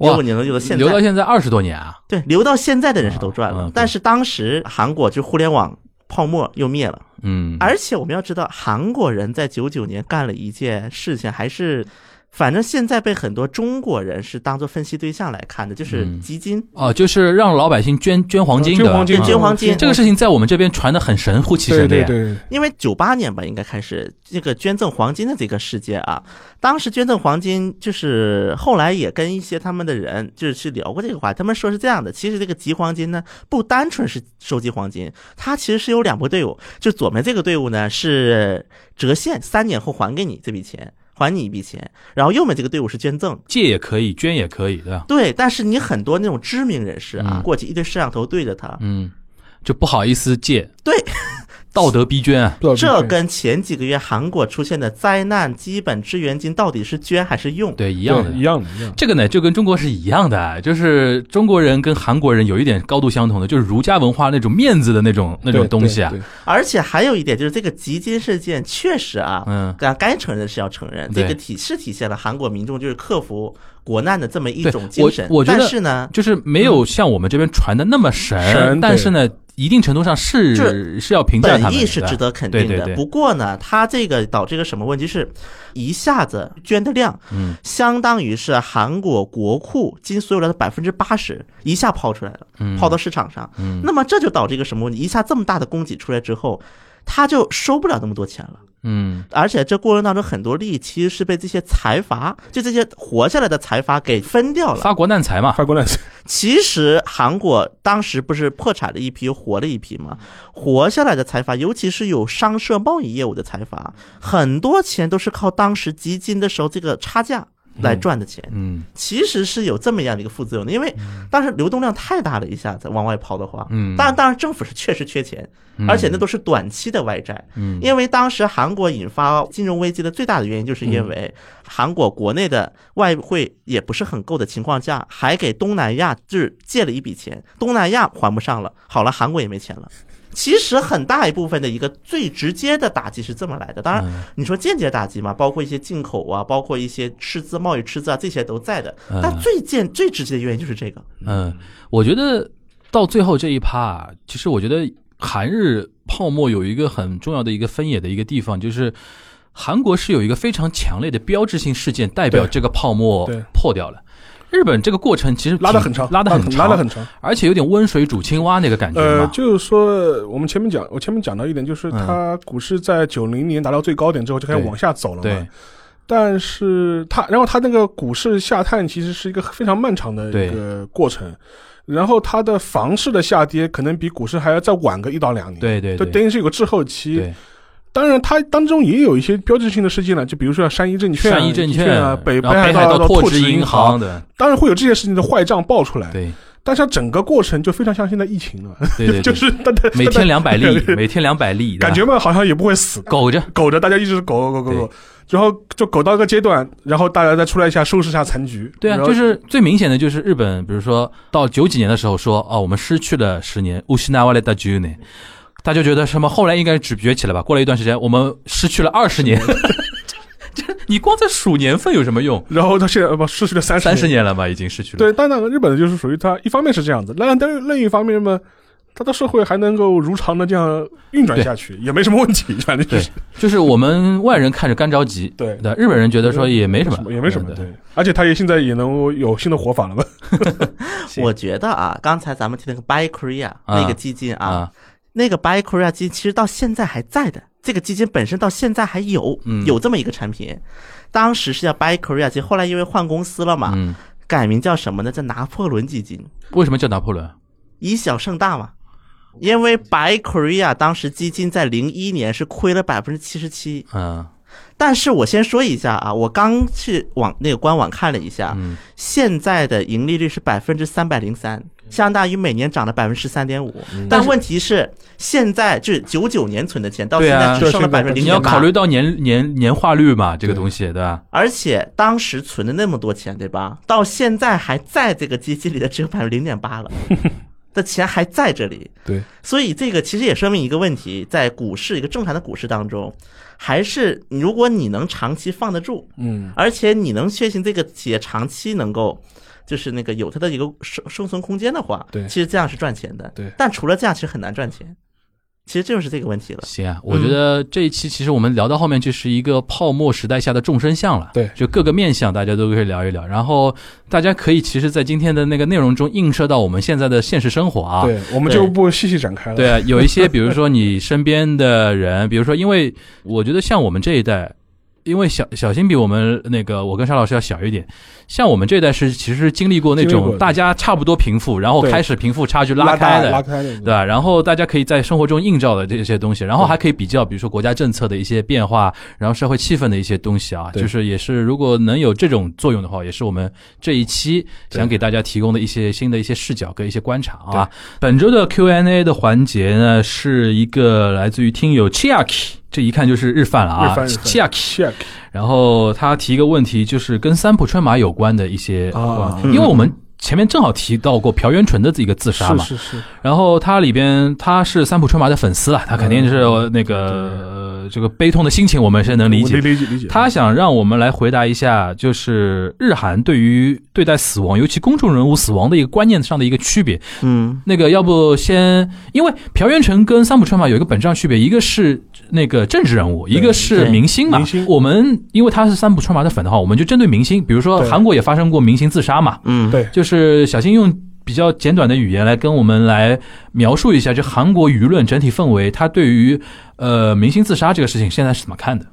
S2: 如
S3: 哇
S2: 果，你能留到现
S3: 留到
S2: 在，
S3: 现在二十多年啊，
S2: 对，留到现在的人是都赚了。
S3: 啊啊对
S2: 但是当时韩国就互联网泡沫又灭了。
S3: 嗯，
S2: 而且我们要知道，韩国人在九九年干了一件事情，还是反正现在被很多中国人是当做分析对象来看的，就是
S3: 嗯
S2: 基金。
S3: 哦，就是让老百姓捐捐黄金，
S4: 哦
S3: 对
S4: 捐
S3: 吧嗯
S4: 黄金，
S2: 对捐黄金
S3: 这个事情在我们这边传的很神乎其
S4: 对
S3: 神的
S4: 对
S3: 呀，
S4: 对，
S2: 因为九八年吧，应该开始这个捐赠黄金的这个事件啊。当时捐赠黄金，就是后来也跟一些他们的人就是去聊过这个话，他们说是这样的，其实这个集黄金呢，不单纯是收集黄金，它其实是有两波队伍，就左面这个队伍呢是折现，三年后还给你这笔钱，还你一笔钱，然后右面这个队伍是捐赠。
S3: 借也可以，捐也可以，对吧？
S2: 对，但是你很多那种知名人士啊，
S3: 嗯
S2: 过去一堆摄像头对着他，
S3: 嗯，就不好意思借，
S2: 对，
S3: 道德逼捐啊，
S4: 不知道
S2: 这
S4: 对
S2: 跟前几个月韩国出现的灾难基本支援金到底是捐还是用？
S3: 对，一样的
S4: 对。一样的，一样的。
S3: 这个呢，就跟中国是一样的啊，就是中国人跟韩国人有一点高度相同的，就是儒家文化那种面子的那种那种
S4: 对
S3: 东西啊
S4: 对。对
S2: 而且还有一点就是这个集金事件确实啊，
S3: 嗯
S2: 该该承认是要承认，这
S3: 对
S2: 个体是体现了韩国民众就是克服国难的这么一
S3: 对
S2: 种精
S3: 我
S2: 神。
S3: 我觉得
S2: 但是呢，
S3: 就是没有像我们这边传的那么神，
S4: 神
S3: 但是呢，一定程度上
S2: 就是
S3: 是要评价他
S2: 本
S3: 们
S2: 意是
S3: 的
S2: 值得肯定的。
S3: 对对对
S2: 不过呢，它这个导致一个什么问题是，一下子捐的量，
S3: 嗯，
S2: 相当于是韩国国库金所有量的百分之八十一下抛出来了，抛到市场上。
S3: 嗯
S2: 那么这就导致一个什么问题？一下这么大的供给出来之后，他就收不了那么多钱了。
S3: 嗯，
S2: 而且这过程当中，很多利益其实是被这些财阀，就这些活下来的财阀给分掉了。
S3: 发国难财嘛，
S4: 发过来，
S2: 其实韩国当时不是破产了一批，又活了一批吗？活下来的财阀，尤其是有商社贸易业务的财阀，很多钱都是靠当时集金的时候这个差价来赚的钱。
S3: 嗯
S2: 其实是有这么样的一个副作用的，因为当时流动量太大了，一下子往外抛的话，
S3: 嗯
S2: 当然当然政府是确实缺钱，而且那都是短期的外债，
S3: 嗯
S2: 因为当时韩国引发金融危机的最大的原因，就是因
S3: 嗯
S2: 为韩国国内的外汇也不是很够的情况下，还给东南亚就是借了一笔钱，东南亚还不上了，好了，韩国也没钱了。其实很大一部分的一个最直接的打击是这么来
S3: 嗯
S2: 的，当然
S4: 啊
S2: 你说间接打击嘛，包括一些进口啊，包括一些赤字、贸易赤字啊，这些都在的。
S3: 嗯
S2: 但最间最直接的原因就是这个，
S3: 嗯，我觉得到最后这一趴啊，其实我觉得韩日泡沫有一个很重要的一个分野的一个地方，就是韩国是有一个非常强烈的标志性事件代表
S4: 对
S3: 这个泡沫
S4: 对
S3: 破掉了。日本这个过程其实挺
S4: 拉得很长，
S3: 拉得很
S4: 很
S3: 长，
S4: 拉得很长。
S3: 而且有点温水煮青蛙那个感觉
S4: 呃，
S3: 嘛。嗯
S4: 就是说，我们前面讲，我前面讲到一点，就是它股市在九零年达到最高点之后就开始
S3: 对
S4: 往下走了嘛。
S3: 对，
S4: 但是它，然后它那个股市下探其实是一个非常漫长的一个过程，然后它的房市的下跌可能比股市还要再晚个一到两年，
S3: 对对
S4: 就
S3: 对
S4: 等于是有个滞后期。
S3: 对
S4: 当然，它当中也有一些标志性的事件了，就比如说像山一证券啊、
S3: 山一证券
S4: 啊、北
S3: 然后
S4: 海
S3: 北海道
S4: 的
S3: 拓
S4: 支
S3: 银
S4: 行，
S3: 的，
S4: 当然会有这些事情的坏账爆出来。
S3: 对
S4: 但是它整个过程就非常像现在疫情了，
S3: 对对，对
S4: 就是大家
S3: 每天两 百例，
S4: 对
S3: 每天两百例，
S4: 感觉嘛好像也不会死，
S3: 苟着。
S4: 苟着，大家一直苟苟苟苟
S3: 对，
S4: 然后就苟到一个阶段，然后大家再出来一下收拾一下残局。
S3: 对啊，
S4: 然后
S3: 就是最明显的就是日本，比如说到九几年的时候说，哦，我们失去了十年，失われた10年，大家觉得什么？后来应该只崛起了吧？过了一段时间，我们失去了二十 年，就是你光在数年份有什么用？
S4: 然后到现在呃不失去了三十
S3: 三十。年了吧，已经失去了。
S4: 对，但那个日本的就是属于它，一方面是这样子，但但是另一方面嘛，它的社会还能够如常的这样运转下去，也没什么问题，反正就是
S3: 就是我们外人看着干着急，
S4: 对
S3: 对，日本人觉得说也没什么，
S4: 也没什么。
S3: 对
S4: 对，而且它也现在也能够有新的活法了吧？
S3: 对
S2: 我觉得啊，刚才咱们提那个 Buy Korea
S3: 啊
S2: 那个基金啊，
S3: 啊，
S2: 那个 Buy Korea 基金其实到现在还在的，这个基金本身到现在还有、
S3: 嗯
S2: 有这么一个产品，当时是叫 Buy Korea 基金，后来因为换公司了嘛，
S3: 嗯，
S2: 改名叫什么呢？叫拿破仑基金，
S3: 为什么叫拿破仑？
S2: 以小胜大嘛。因为 Buy Korea 当时基金在零一年是亏了百分之七十七，
S3: 嗯
S2: 但是我先说一下啊，我刚去网那个官网看了一下，
S3: 嗯，
S2: 现在的盈利率是百分之三百零三，相当于每年涨了百分之三点五。
S3: 嗯
S2: 但问题是，现在就是九九年存的钱，到现
S3: 对啊
S2: 在只剩了百分之零
S3: 你要
S2: 点
S3: 考
S2: 八
S3: 虑。到年年年化率嘛，这个东西，对吧？
S2: 而且当时存的那么多钱，对吧？到现在还在这个基金里的只有百分之零点 八了，的钱还在这里。
S4: 对，
S2: 所以这个其实也说明一个问题，在股市一个正常的股市当中，还是如果你能长期放得住，
S4: 嗯，
S2: 而且你能确信这个企业长期能够，就是那个有它的一个生生存空间的话，
S4: 对
S2: 其实这样是赚钱的。
S4: 对
S2: 但除了这样，其实很难赚钱。其实就是这个问题了。
S3: 行啊，我觉得
S4: 嗯
S3: 这一期其实我们聊到后面就是一个泡沫时代下的众生相了，
S4: 对
S3: 就各个面相大家都可以聊一聊，然后大家可以其实，在今天的那个内容中映射到我们现在的现实生活啊，
S4: 对，我们就不细细展开了。
S3: 对，啊，有一些，比如说你身边的人，比如说，因为我觉得像我们这一代，因为小小新比我们那个我跟沙老师要小一点，像我们这一代是其实经历过那
S4: 经历过
S3: 种
S4: 的
S3: 大家差不多贫富，然后
S4: 对
S3: 开始贫富差距
S4: 拉
S3: 开
S4: 大
S3: 的，
S4: 拉开的，
S3: 对吧？然后大家可以在生活中映照的这些东西，然后还可以比较，比如说国家政策的一些变化，然后社会气氛的一些东西啊，
S4: 对
S3: 就是也是如果能有这种作用的话，也是我们这一期想
S4: 对
S3: 给大家提供的一些新的一些视角跟一些观察啊。本周的 Q&A 的环节呢，是一个来自于听友 Chiaki，这一看就是日饭了啊
S4: 日饭日饭
S3: ，Chiaki。
S4: check
S3: 然后他提一个问题，就是跟三浦春马有关的一些，
S4: 啊
S3: 因为我们前面正好提到过朴元淳的这个自杀嘛，
S4: 是是是，
S3: 然后他里边他是三浦春马的粉丝啊，他肯定是那个、呃这个悲痛的心情，我们是能理
S4: 我
S3: 解。
S4: 理解理解。
S3: 他想让我们来回答一下，就是日韩对于对待死亡，尤其公众人物死亡的一个观念上的一个区别。
S2: 嗯，
S3: 那个要不先，因为朴元淳跟三浦春马有一个本质上区别，一个是那个政治人物，一个是
S2: 对
S3: 明星嘛。
S4: 明星
S3: 我们因为他是三浦春马的粉的话，我们就针对明星，比如说
S4: 对
S3: 韩国也发生过明星自杀嘛。
S2: 嗯，
S4: 对
S3: 就是小新用比较简短的语言来跟我们来描述一下，就韩国舆论整体氛围，他对于呃明星自杀这个事情现在是怎么看的？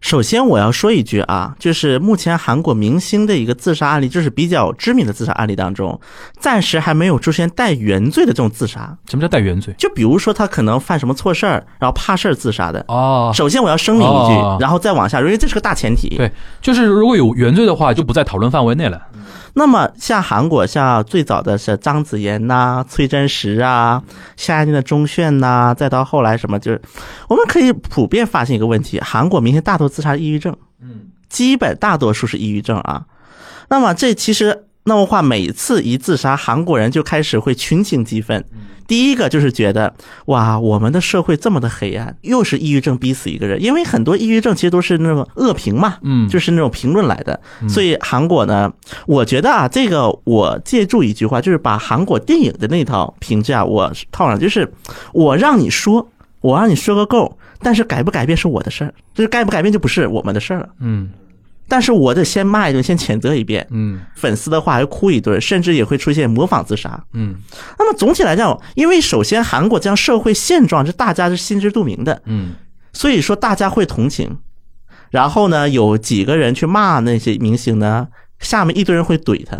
S2: 首先我要说一句啊，就是目前韩国明星的一个自杀案例，就是比较知名的自杀案例当中，暂时还没有出现带原罪的这种自杀。
S3: 什么叫带原罪？
S2: 就比如说他可能犯什么错事儿，然后怕事儿自杀的。
S3: 哦，
S2: 首先我要声明一
S3: 哦
S2: 句，然后再往下，因为这是个大前提。
S3: 对，就是如果有原罪的话，就不在讨论范围内了。
S2: 那么像韩国，像最早的是张子妍呐、崔真实啊、夏亚军的钟铉呐、再到后来什么，就是我们可以普遍发现一个问题：韩国明星大多自杀是抑郁症，
S3: 嗯，
S2: 基本大多数是抑郁症啊。那么这其实那么话，每次一自杀，韩国人就开始会群情激愤。第一个就是觉得哇，我们的社会这么的黑暗，又是抑郁症逼死一个人，因为很多抑郁症其实都是那种恶评嘛，
S3: 嗯
S2: 就是那种评论来的。所以韩国呢，我觉得啊，这个我借助一句话，就是把韩国电影的那套评价我套上，就是我让你说，我让你说个够，但是改不改变是我的事儿，就是改不改变就不是我们的事儿了。
S3: 嗯，
S2: 但是我得先骂一顿，先谴责一遍，
S3: 嗯
S2: 粉丝的话还哭一顿，甚至也会出现模仿自杀。
S3: 嗯
S2: 那么总体来讲，因为首先韩国这样社会现状是大家是心知肚明的，
S3: 嗯
S2: 所以说大家会同情。然后呢，有几个人去骂那些明星呢，下面一堆人会怼他。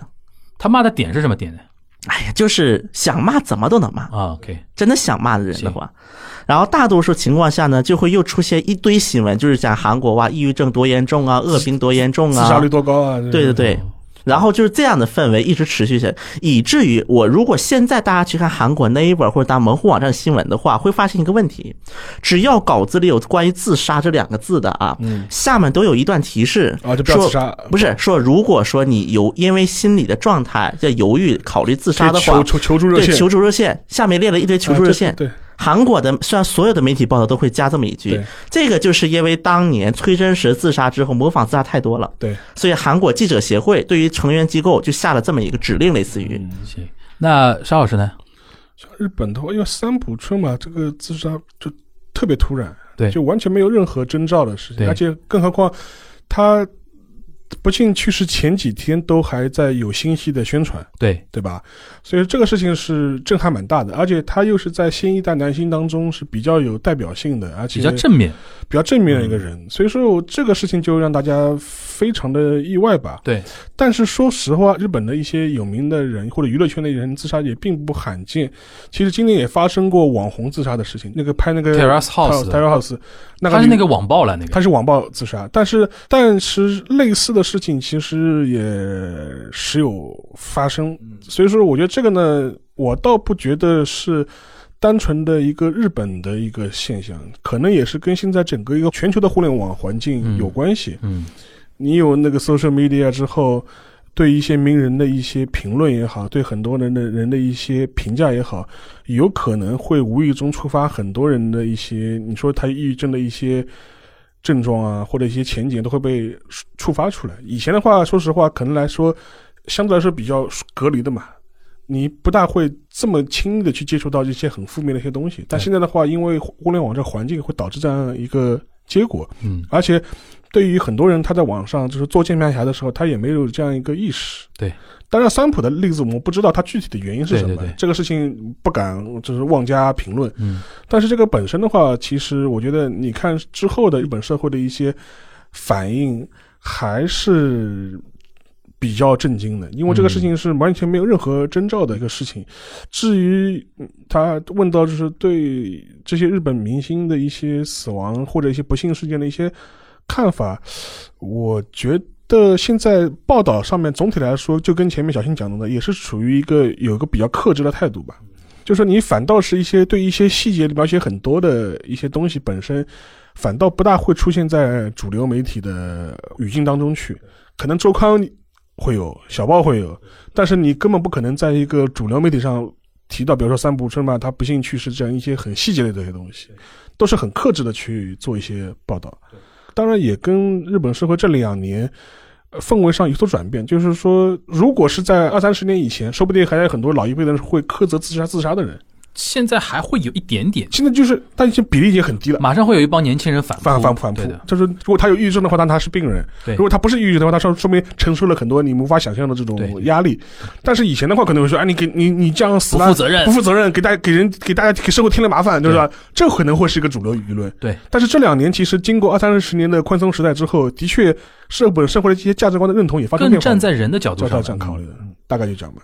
S3: 他骂的点是什么点呢？
S2: 哎呀，就是想骂怎么都能骂，
S3: 啊，OK，
S2: 真的想骂的人的话，然后大多数情况下呢，就会又出现一堆新闻，就是讲韩国啊哇，抑郁症多严重啊，恶评多严重
S4: 自
S2: 啊，
S4: 杀率多高啊？
S2: 对对对。然后就是这样的氛围一直持续下去，以至于我如果现在大家去看韩国 Naver 或者当门户网站新闻的话，会发现一个问题：只要稿子里有关于自杀这两个字的啊，下面都有一段提示
S4: 嗯啊就不要
S2: 说
S4: 自杀
S2: 不是说如果说你有因为心理的状态在犹豫考虑自杀的话
S4: 求，求求助热
S2: 对
S4: 线，
S2: 求助热线下面列了一堆求助热线
S4: 啊，对对
S2: 韩国的虽然所有的媒体报道都会加这么一句
S4: 对，
S2: 这个就是因为当年崔真实自杀之后模仿自杀太多了，
S4: 对，
S2: 所以韩国记者协会对于成员机构就下了这么一个指令，类似于
S3: 嗯行。那沙老师呢？
S4: 像日本的话，因为三浦春马这个自杀就特别突然，
S3: 对
S4: 就完全没有任何征兆的事
S3: 对
S4: 情，而且更何况他不幸去世前几天都还在有信息的宣传，
S3: 对，
S4: 对吧？所以这个事情是震撼蛮大的，而且他又是在新一代男星当中是比较有代表性的，而且
S3: 比较正嗯面，
S4: 比较正面的一个人，所以说我这个事情就让大家非常的意外吧。
S3: 对，
S4: 但是说实话，日本的一些有名的人或者娱乐圈的人自杀也并不罕见。其实今年也发生过网红自杀的事情，那个拍那个
S3: Terrace House 的
S4: t e r r a House，那个
S3: 他是
S4: 女
S3: 那个网暴了那个，
S4: 他是网暴自杀，但是但是类似的事情其实也时有发生，
S3: 嗯
S4: 所以说我觉得这个呢，我倒不觉得是单纯的一个日本的一个现象，可能也是跟现在整个一个全球的互联网环境有关系。
S3: 嗯
S4: 你有那个 social media 之后，对一些名人的一些评论也好，对很多人的人的一些评价也好，有可能会无意中触发很多人的一些，你说他抑郁症的一些症状啊，或者一些前景都会被触触发出来。以前的话，说实话，可能来说相对来说比较隔离的嘛。你不大会这么轻易的去接触到一些很负面的一些东西，但
S3: 对
S4: 现在的话，因为互联网这个环境会导致这样一个结果，
S3: 嗯，
S4: 而且对于很多人，他在网上就是做键盘侠的时候，他也没有这样一个意识。
S3: 对，
S4: 当然三浦的例子我们不知道他具体的原因是什么，
S3: 对对对
S4: 这个事情不敢就是妄加评论。
S3: 嗯，
S4: 但是这个本身的话，其实我觉得你看之后的日本社会的一些反应还是。比较震惊的，因为这个事情是完全没有任何征兆的一个事情。至于嗯他问到就是对这些日本明星的一些死亡或者一些不幸事件的一些看法，我觉得现在报道上面总体来说，就跟前面小新讲的，也是处于一个有一个比较克制的态度吧。就说你反倒是一些对一些细节描写很多的一些东西本身，反倒不大会出现在主流媒体的语境当中去。可能周刊会有，小报会有，但是你根本不可能在一个主流媒体上提到，比如说三浦春马他不幸去世这样一些很细节类的一些东西，都是很克制的去做一些报道。当然也跟日本社会这两年呃氛围上有所转变，就是说，如果是在二三十年以前，说不定还有很多老一辈的人会苛责自杀自杀的人，
S3: 现在还会有一点点，
S4: 现在就是，但已经比例已经很低了。
S3: 马上会有一帮年轻人反
S4: 反
S3: 反
S4: 反反扑
S3: 对的，，
S4: 就是如果他有抑郁症的话，那他是病人；
S3: 对
S4: 如果他不是抑郁症的话，他说说明承受了很多你无法想象的这
S3: 对
S4: 种压力。但是以前的话，可能会说，哎，你给你你这样死
S3: 不
S4: 了，
S3: 负责任
S4: 不，负责任，给大家给人给大家给社会添了麻烦，对吧？这可能会是一个主流舆论。
S3: 对，
S4: 但是这两年其实经过二三十年的宽松时代之后，的确社会社会的一些价值观的认同也发生
S3: 更
S4: 变化。
S3: 站在人的角度
S4: 角
S3: 上嗯
S4: 度
S3: 来
S4: 上考虑的，嗯大概就讲吧。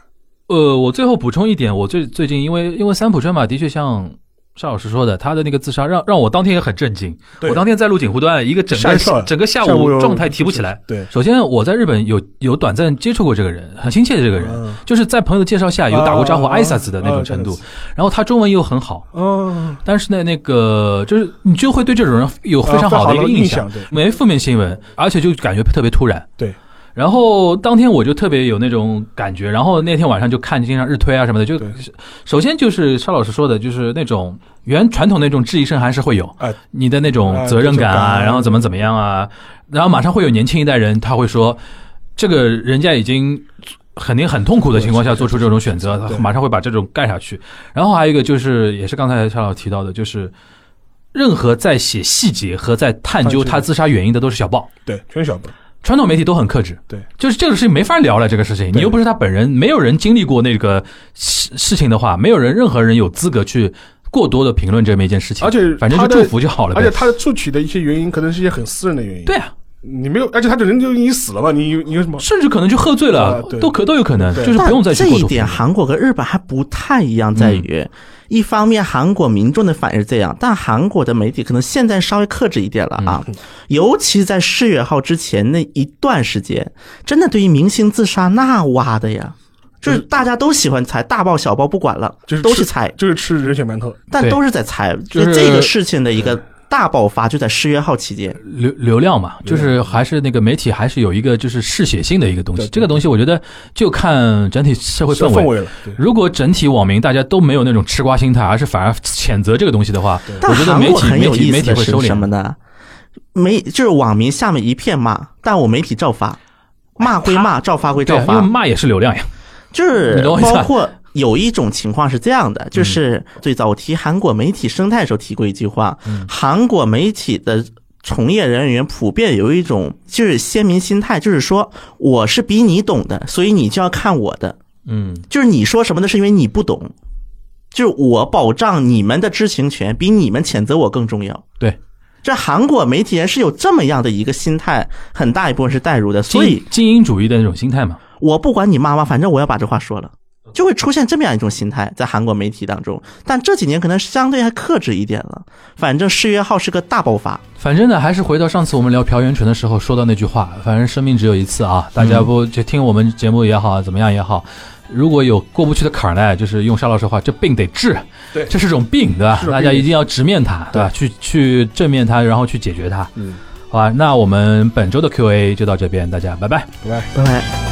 S3: 呃，我最后补充一点，我最最近因为因为三浦春马的确像邵老师说的，他的那个自杀让让我当天也很震惊。
S4: 对
S3: 我当天在录景湖端，一个整
S4: 吓一跳
S3: 个整个下
S4: 下午
S3: 午
S4: 有
S3: 状态提不起来。
S4: 对，
S3: 首先，我在日本有有短暂接触过这个人，很亲切的这个人，
S4: 嗯
S3: 就是在朋友的介绍下有打过招呼
S4: 啊
S3: 挨萨斯的那种程度。然后他中文又很好，
S4: 嗯，
S3: 但是呢，那个就是你就会对这种人有非常好的一个印象，
S4: 啊非常好的印象对
S3: 没负面新闻，而且就感觉特别突然。
S4: 对，
S3: 然后当天我就特别有那种感觉，然后那天晚上就看经常日推啊什么的，就
S4: 对
S3: 首先就是邵老师说的，就是那种原传统那种质疑声还是会有，
S4: 哎
S3: 你的那种
S4: 哎
S3: 责任感
S4: 责任
S3: 啊，
S4: 感啊
S3: 然后怎么怎么样啊，然后马上会有年轻一代人他会说，这个人家已经肯定很痛苦的情况下做出这种选择，他
S4: 对
S3: 马上会把这种盖下去。然后还有一个就是，也是刚才邵老师提到的，就是任何在写细节和在探
S4: 探
S3: 究
S4: 究
S3: 他自杀原因的都是小报。
S4: 对，全小本，
S3: 传统媒体都很克制，
S4: 对，
S3: 就是这个事情没法聊了。这个事情，你
S4: 对
S3: 又不是他本人，没有人经历过那个事事情的话，没有人任何人有资格去过多的评论这么一件事情。
S4: 而且
S3: 反正就
S4: 他的
S3: 祝福就好了
S4: 而
S3: 呗。
S4: 且他触取的一些原因，可能是一些很私人的原因。
S3: 对，啊，
S4: 你没有，而且他的人就已经死了嘛，你有你有什么？
S3: 甚至可能就喝醉了
S4: 啊，对
S3: 都可都有可能，
S4: 对
S3: 就是不用再去
S2: 这
S3: 过
S2: 一
S3: 度
S2: 点，
S3: 评论
S2: 韩国跟日本还不太一样，在
S3: 嗯
S2: 于、一方面韩国民众的反应是这样，但韩国的媒体可能现在稍微克制一点了啊，
S3: 嗯
S2: 尤其在四月号之前那一段时间，真的对于明星自杀那挖的呀。就是大家都喜欢猜，大报小报不管了，
S4: 就是
S2: 都去
S4: 吃
S2: 猜，
S4: 就是吃人血馒头，
S2: 但
S3: 对
S2: 都是在猜，就
S3: 就
S2: 是是这个事情的一个大爆发就在四月号期间。
S3: 流流量嘛，就是还是那个媒体还是有一个就是嗜血性的一个东西
S4: 对。对
S3: 这个东西我觉得就看整体社会
S4: 是
S3: 氛
S4: 氛
S3: 围。
S4: 围了。对
S3: 如果整体网民大家都没有那种吃瓜心态，而是反而谴责这个东西的话，
S2: 但
S3: 我觉得
S2: 韩
S3: 媒
S2: 国
S3: 体
S2: 很
S3: 媒
S2: 有
S3: 体
S2: 意
S3: 媒
S2: 思
S3: 体
S2: 的
S3: 会
S2: 是
S3: 收
S2: 什么
S3: 敛。
S2: 呢？没，就是网民下面一片骂，但我媒体照发，骂归骂，照发归
S3: 哎对
S2: 照
S3: 啊，因为
S2: 发，
S3: 骂也是流量呀。
S2: 就是
S3: 你懂我意思吧啊嗯
S2: 包括有一种情况是这样的，就是最早我提韩国媒体生态的时候提过一句话，韩国媒体的。从业人员普遍有一种就是先民心态，就是说我是比你懂的，所以你就要看我的。
S3: 嗯，
S2: 就是你说什么的是因为你不懂，就是我保障你们的知情权比你们谴责我更重要。
S3: 对，
S2: 这韩国媒体人是有这么样的一个心态，很大一部分是代入的，所
S3: 精
S2: 以
S3: 精英主义的那种心态嘛。
S2: 我不管你骂骂，反正我要把这话说了。就会出现这么样一种心态在韩国媒体当中，但这几年可能相对还克制一点了。反正世越号是个大爆发，
S3: 反正呢，还是回到上次我们聊朴元淳的时候说到那句话，反正生命只有一次
S4: 嗯
S3: 啊，大家不就听我们节目也好，怎么样也好，啊如果有过不去的坎儿呢，就是用沙老师的话，这病得治，
S4: 对
S3: 这是种病，对吧？
S4: 是种病
S3: 大家一定要直面它，对吧？去去正面它，然后去解决它，
S4: 嗯，
S3: 好吧？那我们本周的 Q&A 就到这边，大家拜拜。
S4: 拜拜。
S2: 拜拜。